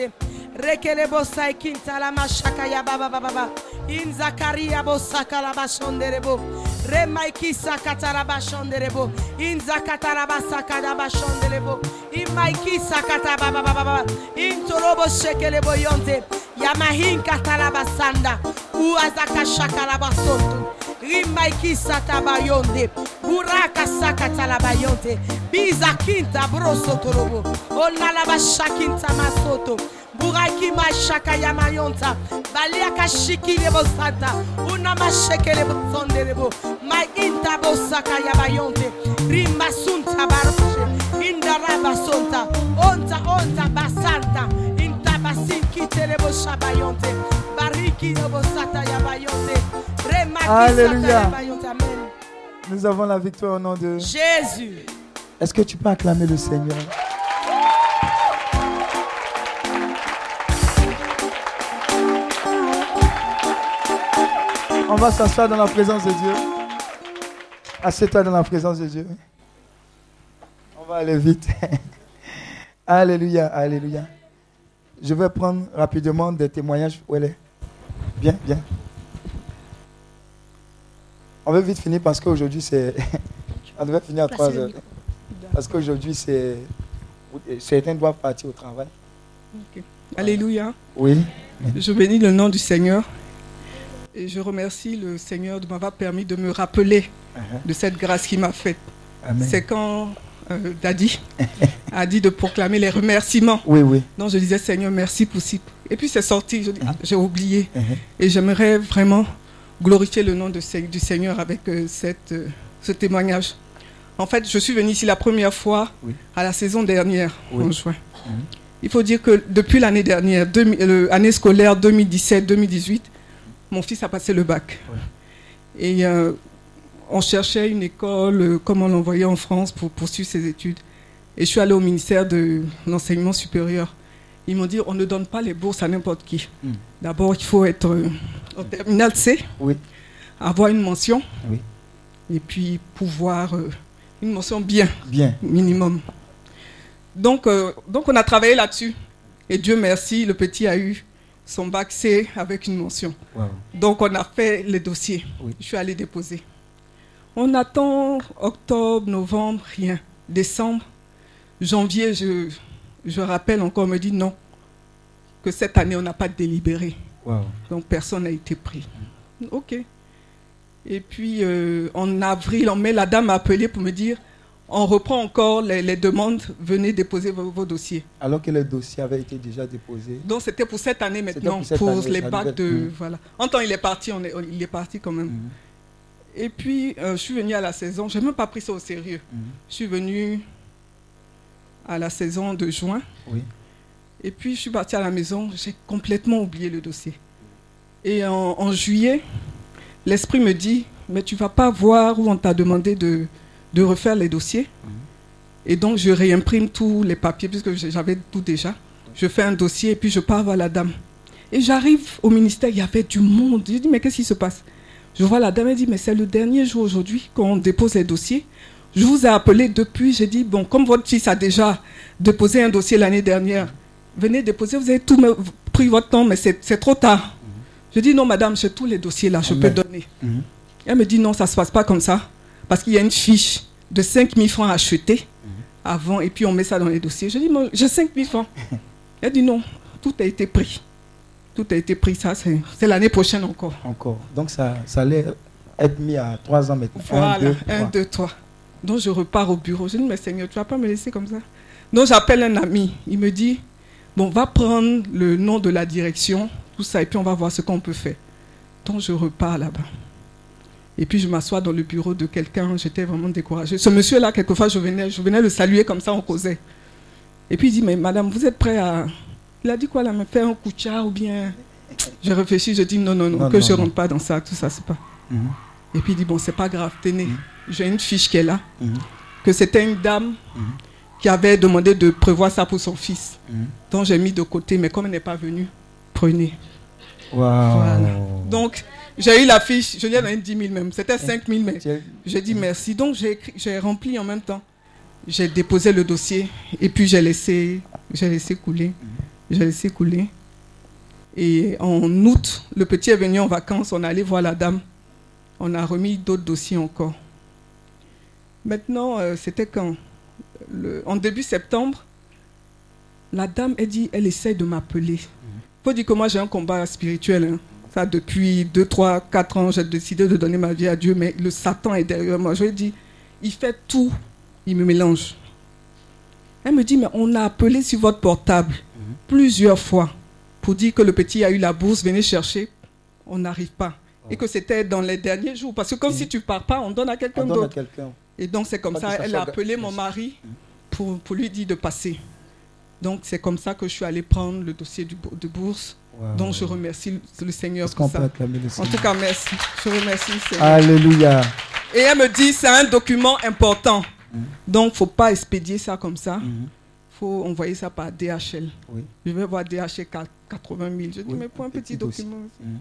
Rekelebo sai kintalama shaka ya ba ba ba ba ba. In Zakaria bo shaka la bashonderebo. Remaiki sakatara bashonderebo. In Zakatara ba shaka da bashonderebo. In Maiki sakata ba ba ba ba ba. In Torobo shekelebo yonte. Yamahin katara basanda. Uazaka shaka la basonto. rimaiki satabayonde buraka sakatalabayonte bizakinta brosotorobo onalabashakinta masoto buraki mashaka yamayonta baliakashikilebosanta unamashekelebosondelebo mainta bosaka yabayonte rimasunta baroshe indarabasonta onta onta basanta intabasinkiteleboshabayonte barikilebosata yabayonte Rema qui Alléluia. s'attale à Bayonne. Amen. Nous avons la victoire au nom de... Jésus. Est-ce que tu peux acclamer le Seigneur On va s'asseoir dans la présence de Dieu. Assieds-toi dans la présence de Dieu. On va aller vite. alléluia, alléluia. Je vais prendre rapidement des témoignages. Où elle est Bien, bien. On va vite finir parce qu'aujourd'hui, c'est. On devait finir à 3 heures. Parce qu'aujourd'hui, c'est. Certains doivent partir au travail. Alléluia. Oui. Je bénis le nom du Seigneur et je remercie le Seigneur de m'avoir permis de me rappeler de cette grâce qu'il m'a faite. Amen. C'est quand euh, Daddy a dit de proclamer les remerciements. Oui, oui. Donc je disais Seigneur, merci pour si. Et puis c'est sorti, je dis, Hein? ah, j'ai oublié. Mhm. Et j'aimerais vraiment glorifier le nom de Se- du Seigneur avec euh, cette, euh, ce témoignage. En fait, je suis venue ici la première fois Oui. à la saison dernière, Oui. Uh-huh. en juin. Il faut dire que depuis l'année dernière, demi- euh, l'année scolaire 2017-2018, mon fils a passé le bac. Et euh, on cherchait une école, euh, comme on l'envoyait en France, pour poursuivre ses études. Et je suis allée au ministère de l'enseignement supérieur. Ils m'ont dit, on ne donne pas les bourses à n'importe qui. Mm. D'abord, il faut être euh, au terminal C, Oui. avoir une mention, Oui. et puis pouvoir, euh, une mention bien, Bien. minimum. Donc, euh, donc on a travaillé là-dessus. Et Dieu merci, le petit a eu son bac C avec une mention. Wow. Donc on a fait les dossiers. Oui. Je suis allée déposer. On attend octobre, novembre, rien. Décembre, janvier, je, je rappelle encore, on me dit non, que cette année, on n'a pas délibéré. Wow. Donc personne n'a été pris. Ok. Et puis euh, en avril, en mai, la dame m'a appelé pour me dire, on reprend encore les, les demandes, venez déposer vos, vos dossiers. Alors que le dossier avait été déjà déposé. Donc c'était pour cette année C'était maintenant, pour pour, cette année, les la Mmh. bacs de... nouvelle- Mm. Mm-hmm. Voilà. En temps, il est parti, on est- on- il est parti quand même. Et puis, euh, je suis venue à la saison, je n'ai même pas pris ça au sérieux. Mm-hmm. Je suis venue à la saison de juin. Oui. Et puis, je suis partie à la maison, j'ai complètement oublié le dossier. Et en, en juillet, l'esprit me dit, mais tu vas pas voir où on t'a demandé de, de refaire les dossiers. Et donc, je réimprime tous les papiers, puisque j'ai- j'avais tout déjà. Je fais un dossier et puis je pars voir la dame. Et j'arrive au ministère, il y avait du monde. Je dis, mais qu'est-ce qui se passe Je vois la dame, elle dit, mais c'est le dernier jour aujourd'hui qu'on dépose les dossiers. Je vous ai appelé depuis, j'ai dit, bon, comme votre fils a déjà déposé un dossier l'année dernière, venez déposer, vous avez tout me- pris votre temps, mais c'est c'est trop tard. Je dis, non, madame, j'ai tous les dossiers là, je peux donner. Mhm. Elle me dit, non, ça ne se passe pas comme ça, parce qu'il y a une fiche de 5 000 francs à acheter avant, et puis on met ça dans les dossiers. Je dis, moi, j'ai 5 000 francs. Elle dit, non, tout a été pris. Tout a été pris, ça, c'est c'est l'année prochaine encore. Encore. Donc ça, ça allait être mis à 3 ans maintenant. Un, Voilà, deux, trois. un, deux, trois. Donc je repars au bureau. Je dis, mais Seigneur, tu vas pas me laisser comme ça. Donc j'appelle un ami. Il me dit, bon, va prendre le nom de la direction, tout ça, et puis on va voir ce qu'on peut faire. Donc je repars là-bas. Et puis je m'assois dans le bureau de quelqu'un. J'étais vraiment découragée. Ce monsieur-là, quelquefois, je venais, je venais le saluer comme ça, on causait. Et puis il dit, mais madame, vous êtes prêt à... Il a dit quoi là, me faire un coucha ou bien... Je réfléchis, je dis non, non, non, Non, que non, je non. rentre pas dans ça, tout ça, c'est pas. Mhm. Et puis il dit, bon, c'est pas grave, tenez, j'ai une fiche qui est là, Mhm. que c'était une dame qui avait demandé de prévoir ça pour son fils. Mhm. Donc j'ai mis de côté, mais comme elle n'est pas venue, prenez. Waouh. Voilà. Donc j'ai eu la fiche, je lui ai donné 10 000 même, c'était 5 000, mais Tu es- j'ai dit merci. Donc j'ai écrit- j'ai rempli en même temps. J'ai déposé le dossier et puis j'ai laissé, j'ai laissé couler. J'ai laissé couler. Et en août, le petit est venu en vacances, on est allé voir la dame. On a remis d'autres dossiers encore. Maintenant, euh, c'était quand Le- En début septembre, la dame, elle dit, elle essaie de m'appeler. Mhm. Faut dire que moi, j'ai un combat spirituel. hein. Ça, depuis 2, 3, 4 ans, j'ai décidé de donner ma vie à Dieu, mais le Satan est derrière moi. Je lui ai dit, il fait tout, il me mélange. Elle me dit, mais on a appelé sur votre portable Mhm. plusieurs fois pour dire que le petit a eu la bourse, venez chercher. On n'arrive pas. Oh. Et que c'était dans les derniers jours. Parce que comme si tu pars pas, on donne à on quelqu'un donne à d'autre. quelqu'un. Et donc, c'est comme Pas que ça, ça elle soit a ga- appelé mon mari pour, pour lui dire de passer. Donc, c'est comme ça que je suis allée prendre le dossier du, bou- de bourse. Waouh. Donc, je remercie le- le Ah Seigneur Est-ce qu'on pour peut ça. acclamer le En Seigneur tout cas, merci. Je remercie le Seigneur. Alléluia. Ah. Et elle me dit, c'est un document important. Mm. Donc, faut pas expédier ça comme ça. Mm-hmm. faut envoyer ça par DHL. Oui. Je vais voir DHL quat- 80 000. Je dis, Oui, mais pour un un petit, petit dossier. document. aussi. Mhm.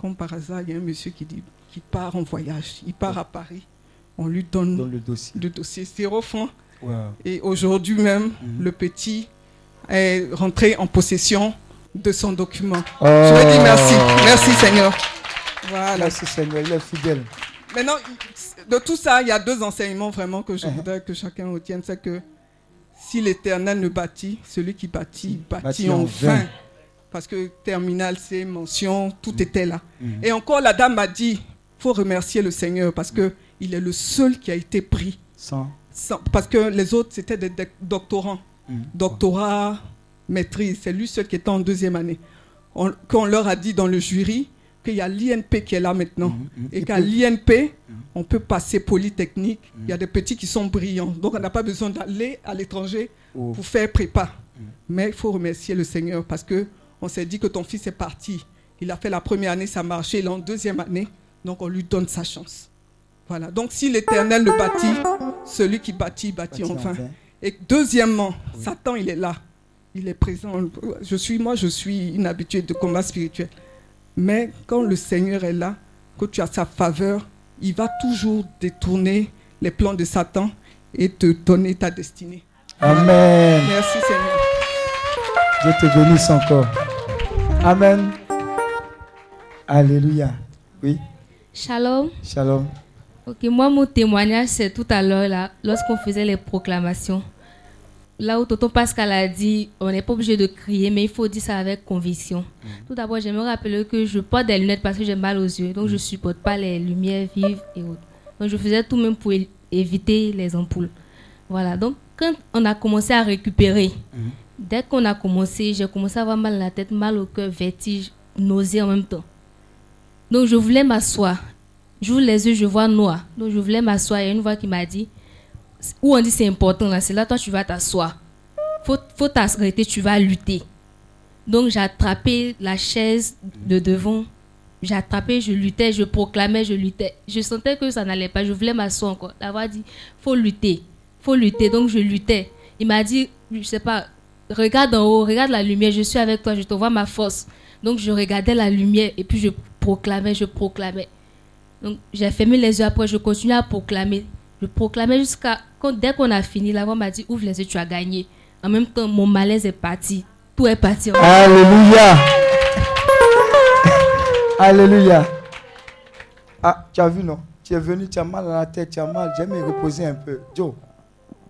Comme par hasard, il y a un monsieur qui, dit, qui part en voyage. Il part à Paris. On lui donne Dans le dossier. le dossier zéro franc. Waouh. Et aujourd'hui même, le petit est rentré en possession de son document. Je lui dis merci. Merci Seigneur. Voilà. Ah. Oh. Merci Seigneur, il est fidèle. Maintenant, de tout ça, il y a deux enseignements vraiment que je voudrais que chacun retienne. C'est que si l'Éternel ne bâtit, celui qui bâtit, bâtit, Bâtit en en vain. vain. Parce que terminal, c'est mention, tout était là. Et encore, la dame m'a dit, faut remercier le Seigneur parce que il est le seul qui a été pris. Sans. Sans- parce que les autres, c'était des doc- doctorants. Doctorat, maîtrise. C'est lui seul qui était en deuxième année. On, qu'on leur a dit dans le jury qu'il y a l'INP qui est là maintenant. Et qu'à l'INP, on peut passer polytechnique. Il y a des petits qui sont brillants. Donc on n'a pas besoin d'aller à l'étranger Oh. pour faire prépa. Mais il faut remercier le Seigneur parce que on s'est dit que ton fils est parti. Il a fait la première année, ça a marché. Il est en deuxième année. Donc on lui donne sa chance. Voilà. Donc si l'Éternel le bâtit, celui qui bâtit, bâtit, Bâtit en enfin. vain. Et deuxièmement, Satan, il est là. Il est présent. Je suis, moi, je suis une habituée de combat spirituel. Mais quand le Seigneur est là, que tu as sa faveur, il va toujours détourner les plans de Satan et te donner ta destinée. Amen. Merci Seigneur. Dieu te bénisse encore. Amen. Alléluia. Oui, Shalom. shalom. Ok, moi, mon témoignage, c'est tout à l'heure, là, lorsqu'on faisait les proclamations. Là où Tonton Pascal a dit, on n'est pas obligé de crier, mais il faut dire ça avec conviction. Tout d'abord, je me rappelle que je porte des lunettes parce que j'ai mal aux yeux, donc je ne supporte pas les lumières vives et autres. Donc, je faisais tout même pour é- éviter les ampoules. Voilà, donc quand on a commencé à récupérer, dès qu'on a commencé, j'ai commencé à avoir mal à la tête, mal au cœur, vertige, nausée en même temps. Donc je voulais m'asseoir. J'ouvre les yeux, je vois noir. Donc je voulais m'asseoir. Il y a une voix qui m'a dit, où on dit c'est important, là, c'est là, toi tu vas t'asseoir. Faut, faut t'arrêter, tu vas lutter. Donc j'ai attrapé la chaise de devant. J'ai attrapé, je luttais, je proclamais, je luttais. Je sentais que ça n'allait pas. Je voulais m'asseoir encore. La voix dit, faut lutter, faut lutter. Donc je luttais. Il m'a dit, je sais pas, regarde en haut, regarde la lumière, je suis avec toi, je te vois ma force. Donc je regardais la lumière et puis je proclamais, je proclamais. Donc j'ai fermé les yeux après, je continuais à proclamer. Je proclamais jusqu'à quand dès qu'on a fini, la voix m'a dit ouvre les yeux, tu as gagné. En même temps, mon malaise est parti. Tout est parti. Alléluia. Alléluia. Ah, tu as vu, non Tu es venu, tu as mal à la tête, tu as mal. J'aime reposer un peu. Joe,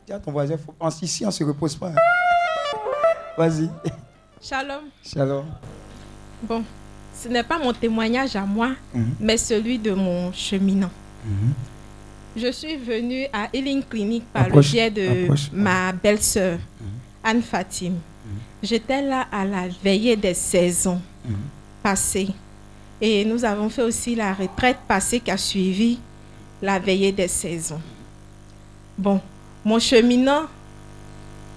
dis à ton voisin, faut... en- ici, on ne se repose pas. hein. Vas-y. Shalom. Shalom. Bon, ce n'est pas mon témoignage à moi, Mhm. mais celui de mon cheminant. Je suis venue à Healing Clinic par Approche, le biais de approche. Mhm. ma belle-sœur, Anne Fatim. J'étais là à la veillée des saisons Mhm. passées. Et nous avons fait aussi la retraite passée qui a suivi la veillée des saisons. Bon, mon cheminant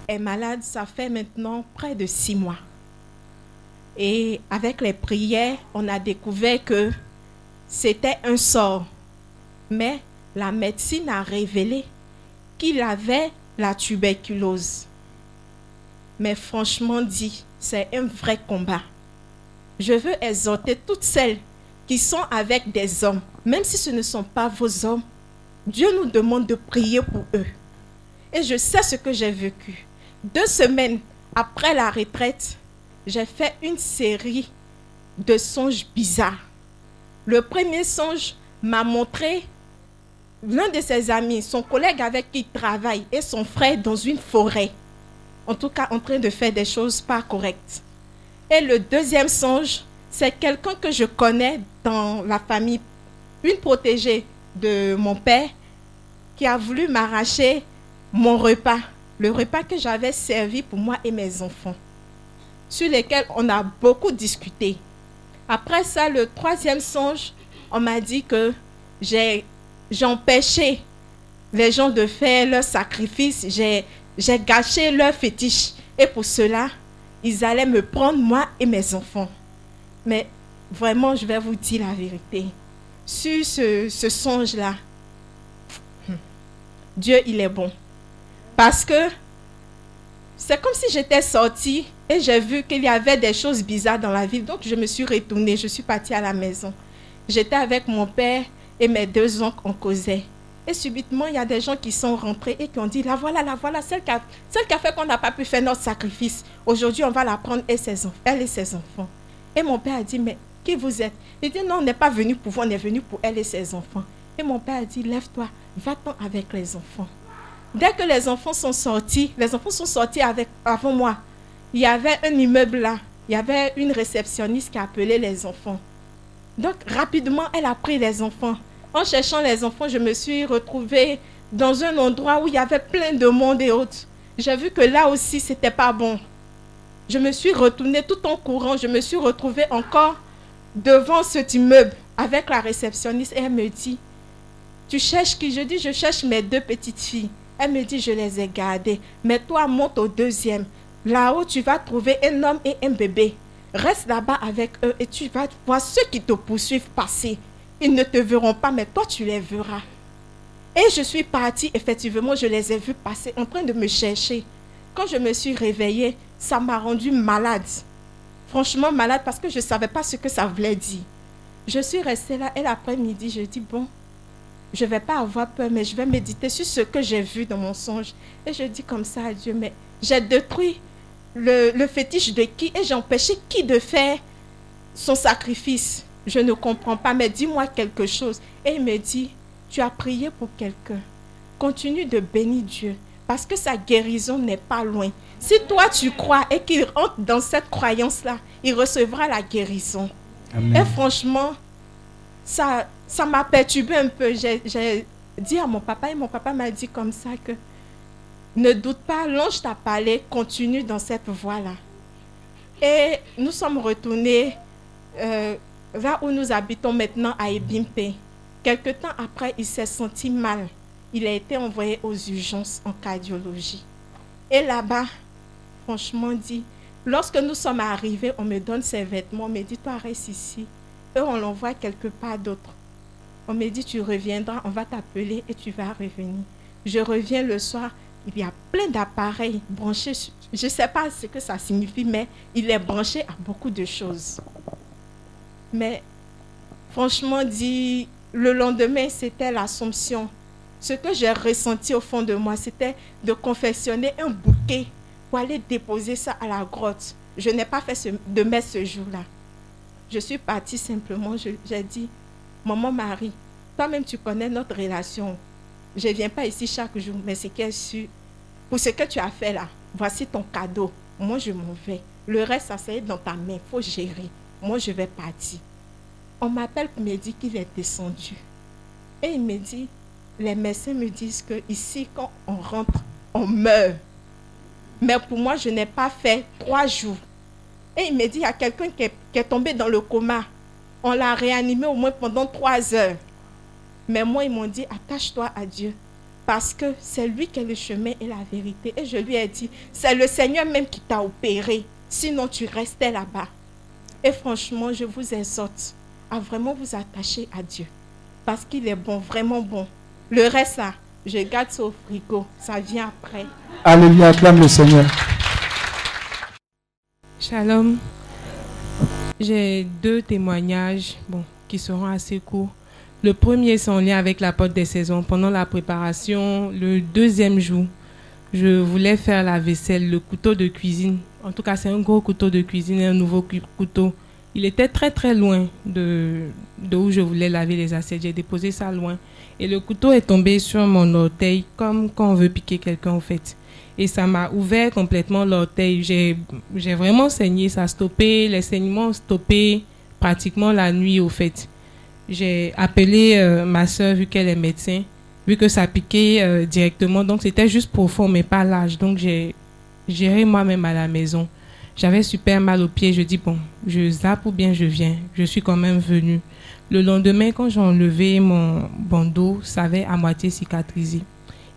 est malade, ça fait maintenant près de six mois. Et avec les prières, on a découvert que c'était un sort. Mais la médecine a révélé qu'il avait la tuberculose. Mais franchement dit, c'est un vrai combat. Je veux exhorter toutes celles qui sont avec des hommes, même si ce ne sont pas vos hommes. Dieu nous demande de prier pour eux. Et je sais ce que j'ai vécu. Deux semaines après la retraite, j'ai fait une série de songes bizarres. Le premier songe m'a montré l'un de ses amis, son collègue avec qui il travaille et son frère dans une forêt. En tout cas, en train de faire des choses pas correctes. Et le deuxième songe, c'est quelqu'un que je connais dans la famille, une protégée de mon père, qui a voulu m'arracher mon repas, le repas que j'avais servi pour moi et mes enfants, sur lesquels on a beaucoup discuté. Après ça, le troisième songe, on m'a dit que j'ai j'empêchais les gens de faire leur sacrifice, j'ai j'ai gâché leur fétiche. Et pour cela, ils allaient me prendre, moi et mes enfants. Mais vraiment, je vais vous dire la vérité. Sur ce, ce songe-là, hum, Dieu, il est bon. Parce que c'est comme si j'étais sortie et j'ai vu qu'il y avait des choses bizarres dans la ville. Donc, je me suis retournée, je suis partie à la maison. J'étais avec mon père et mes deux oncles, on causait. Et subitement, il y a des gens qui sont rentrés et qui ont dit, la voilà, la voilà, celle qui a, celle qui a fait qu'on n'a pas pu faire notre sacrifice. Aujourd'hui, on va la prendre et ses, enf- elle et ses enfants. Et mon père a dit, mais qui vous êtes Il dit, non, on n'est pas venu pour vous, on est venu pour elle et ses enfants. Et mon père a dit, lève-toi, va-t'en avec les enfants. Dès que les enfants sont sortis, les enfants sont sortis avec, avant moi. Il y avait un immeuble là. Il y avait une réceptionniste qui appelait les enfants. Donc, rapidement, elle a pris les enfants. En cherchant les enfants, je me suis retrouvée dans un endroit où il y avait plein de monde et autres. J'ai vu que là aussi, c'était pas bon. Je me suis retournée tout en courant. Je me suis retrouvée encore devant cet immeuble avec la réceptionniste et elle me dit tu cherches qui Je dis, je cherche mes deux petites filles. Elle me dit, je les ai gardées. Mais toi, monte au deuxième. Là-haut, tu vas trouver un homme et un bébé. Reste là-bas avec eux et tu vas voir ceux qui te poursuivent passer. Ils ne te verront pas, mais toi, tu les verras. Et je suis partie, effectivement, je les ai vus passer en train de me chercher. Quand je me suis réveillée, ça m'a rendue malade. Franchement malade parce que je ne savais pas ce que ça voulait dire. Je suis restée là et l'après-midi, je dis, bon, je ne vais pas avoir peur, mais je vais méditer sur ce que j'ai vu dans mon songe. Et je dis comme ça à Dieu, mais j'ai détruit le, le fétiche de qui et j'ai empêché qui de faire son sacrifice. Je ne comprends pas, mais dis-moi quelque chose. Et il me dit, tu as prié pour quelqu'un. Continue de bénir Dieu parce que sa guérison n'est pas loin. Si toi tu crois et qu'il rentre dans cette croyance-là, il recevra la guérison. Et franchement, ça ça m'a perturbé un peu. J'ai- J'ai dit à mon papa et mon papa m'a dit comme ça que ne doute pas, l'ange t'a parlé, continue dans cette voie-là. Et nous sommes retournés euh, là où nous habitons maintenant à Ebimpe. Quelque temps après, il s'est senti mal. Il a été envoyé aux urgences en cardiologie. Et là-bas, franchement dit, lorsque nous sommes arrivés, on me donne ses vêtements, on me dit, toi, reste ici. Eux, on l'envoie quelque part d'autre. On me dit, tu reviendras, on va t'appeler et tu vas revenir. Je reviens le soir, il y a plein d'appareils branchés. sur- Je ne sais pas ce que ça signifie, mais il est branché à beaucoup de choses. Mais franchement dit, le lendemain, c'était l'assomption. Ce que j'ai ressenti au fond de moi, c'était de confectionner un bouquet pour aller déposer ça à la grotte. Je n'ai pas fait ce- de messe ce jour-là. Je suis partie simplement, je- j'ai dit, maman Marie, toi-même tu connais notre relation. Je ne viens pas ici chaque jour, mais c'est qu'elle su. Pour ce que tu as fait là, voici ton cadeau. Moi, je m'en vais. Le reste, ça c'est dans ta main. faut gérer. Moi, je vais partir. On m'appelle pour me dire qu'il est descendu. Et il me dit, les médecins me disent que ici, quand on rentre, on meurt. Mais pour moi, je n'ai pas fait trois jours. Et il me dit, il y a quelqu'un qui, est- qui est tombé dans le coma. On l'a réanimé au moins pendant trois heures. Mais moi, ils m'ont dit, attache-toi à Dieu. Parce que c'est lui qui est le chemin et la vérité. Et je lui ai dit, c'est le Seigneur même qui t'a opéré. Sinon, tu restais là-bas. Et franchement, je vous exhorte à vraiment vous attacher à Dieu. Parce qu'il est bon, vraiment bon. Le reste, là, je garde ça au frigo. Ça vient après. Alléluia, acclame le Seigneur. Shalom. J'ai deux témoignages bon, qui seront assez courts. Le premier, c'est en lien avec la porte des saisons. Pendant la préparation, le deuxième jour, je voulais faire la vaisselle, le couteau de cuisine. En tout cas, c'est un gros couteau de cuisine, un nouveau cu- couteau. Il était très très loin de, de où je voulais laver les assiettes. J'ai déposé ça loin. Et le couteau est tombé sur mon orteil, comme quand on veut piquer quelqu'un en fait et ça m'a ouvert complètement l'orteil. J'ai j'ai vraiment saigné, ça a stoppé, les saignements ont stoppé pratiquement la nuit au fait. J'ai appelé euh, ma soeur vu qu'elle est médecin, vu que ça piquait euh, directement, donc c'était juste profond mais pas large. Donc j'ai géré moi-même à la maison. J'avais super mal aux pieds, je dis bon, je zappe ou bien je viens, je suis quand même venue. Le lendemain, quand j'ai enlevé mon bandeau, ça avait à moitié cicatrisé.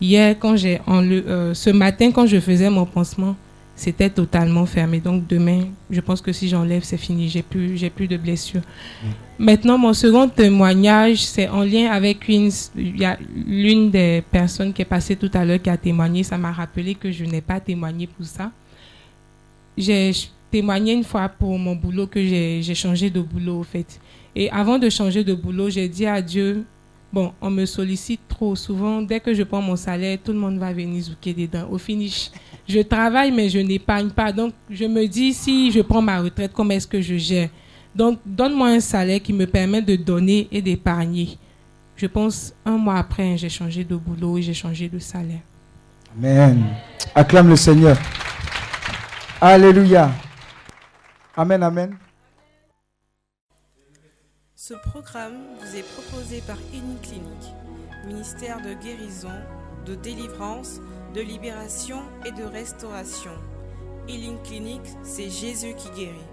Hier, quand j'ai enle- euh, ce matin, quand je faisais mon pansement, c'était totalement fermé. Donc demain, je pense que si j'enlève, c'est fini. J'ai plus, j'ai plus de blessures. Maintenant, mon second témoignage, c'est en lien avec une, il y a l'une des personnes qui est passée tout à l'heure qui a témoigné. Ça m'a rappelé que je n'ai pas témoigné pour ça. J'ai ch- témoigné une fois pour mon boulot que j'ai j'ai changé de boulot, au fait. Et avant de changer de boulot, j'ai dit à Dieu, Bon, on me sollicite trop souvent. Dès que je prends mon salaire, tout le monde va venir zouker dedans. Au finish, je travaille, mais je n'épargne pas. Donc, je me dis, si je prends ma retraite, comment est-ce que je gère Donc, donne-moi un salaire qui me permet de donner et d'épargner. Je pense, un mois après, j'ai changé de boulot et j'ai changé de salaire. Amen. Acclame le Seigneur. Alléluia. Amen, amen. Ce programme vous est proposé par Uniclinique, ministère de guérison, de délivrance, de libération et de restauration. Healing Clinic, c'est Jésus qui guérit.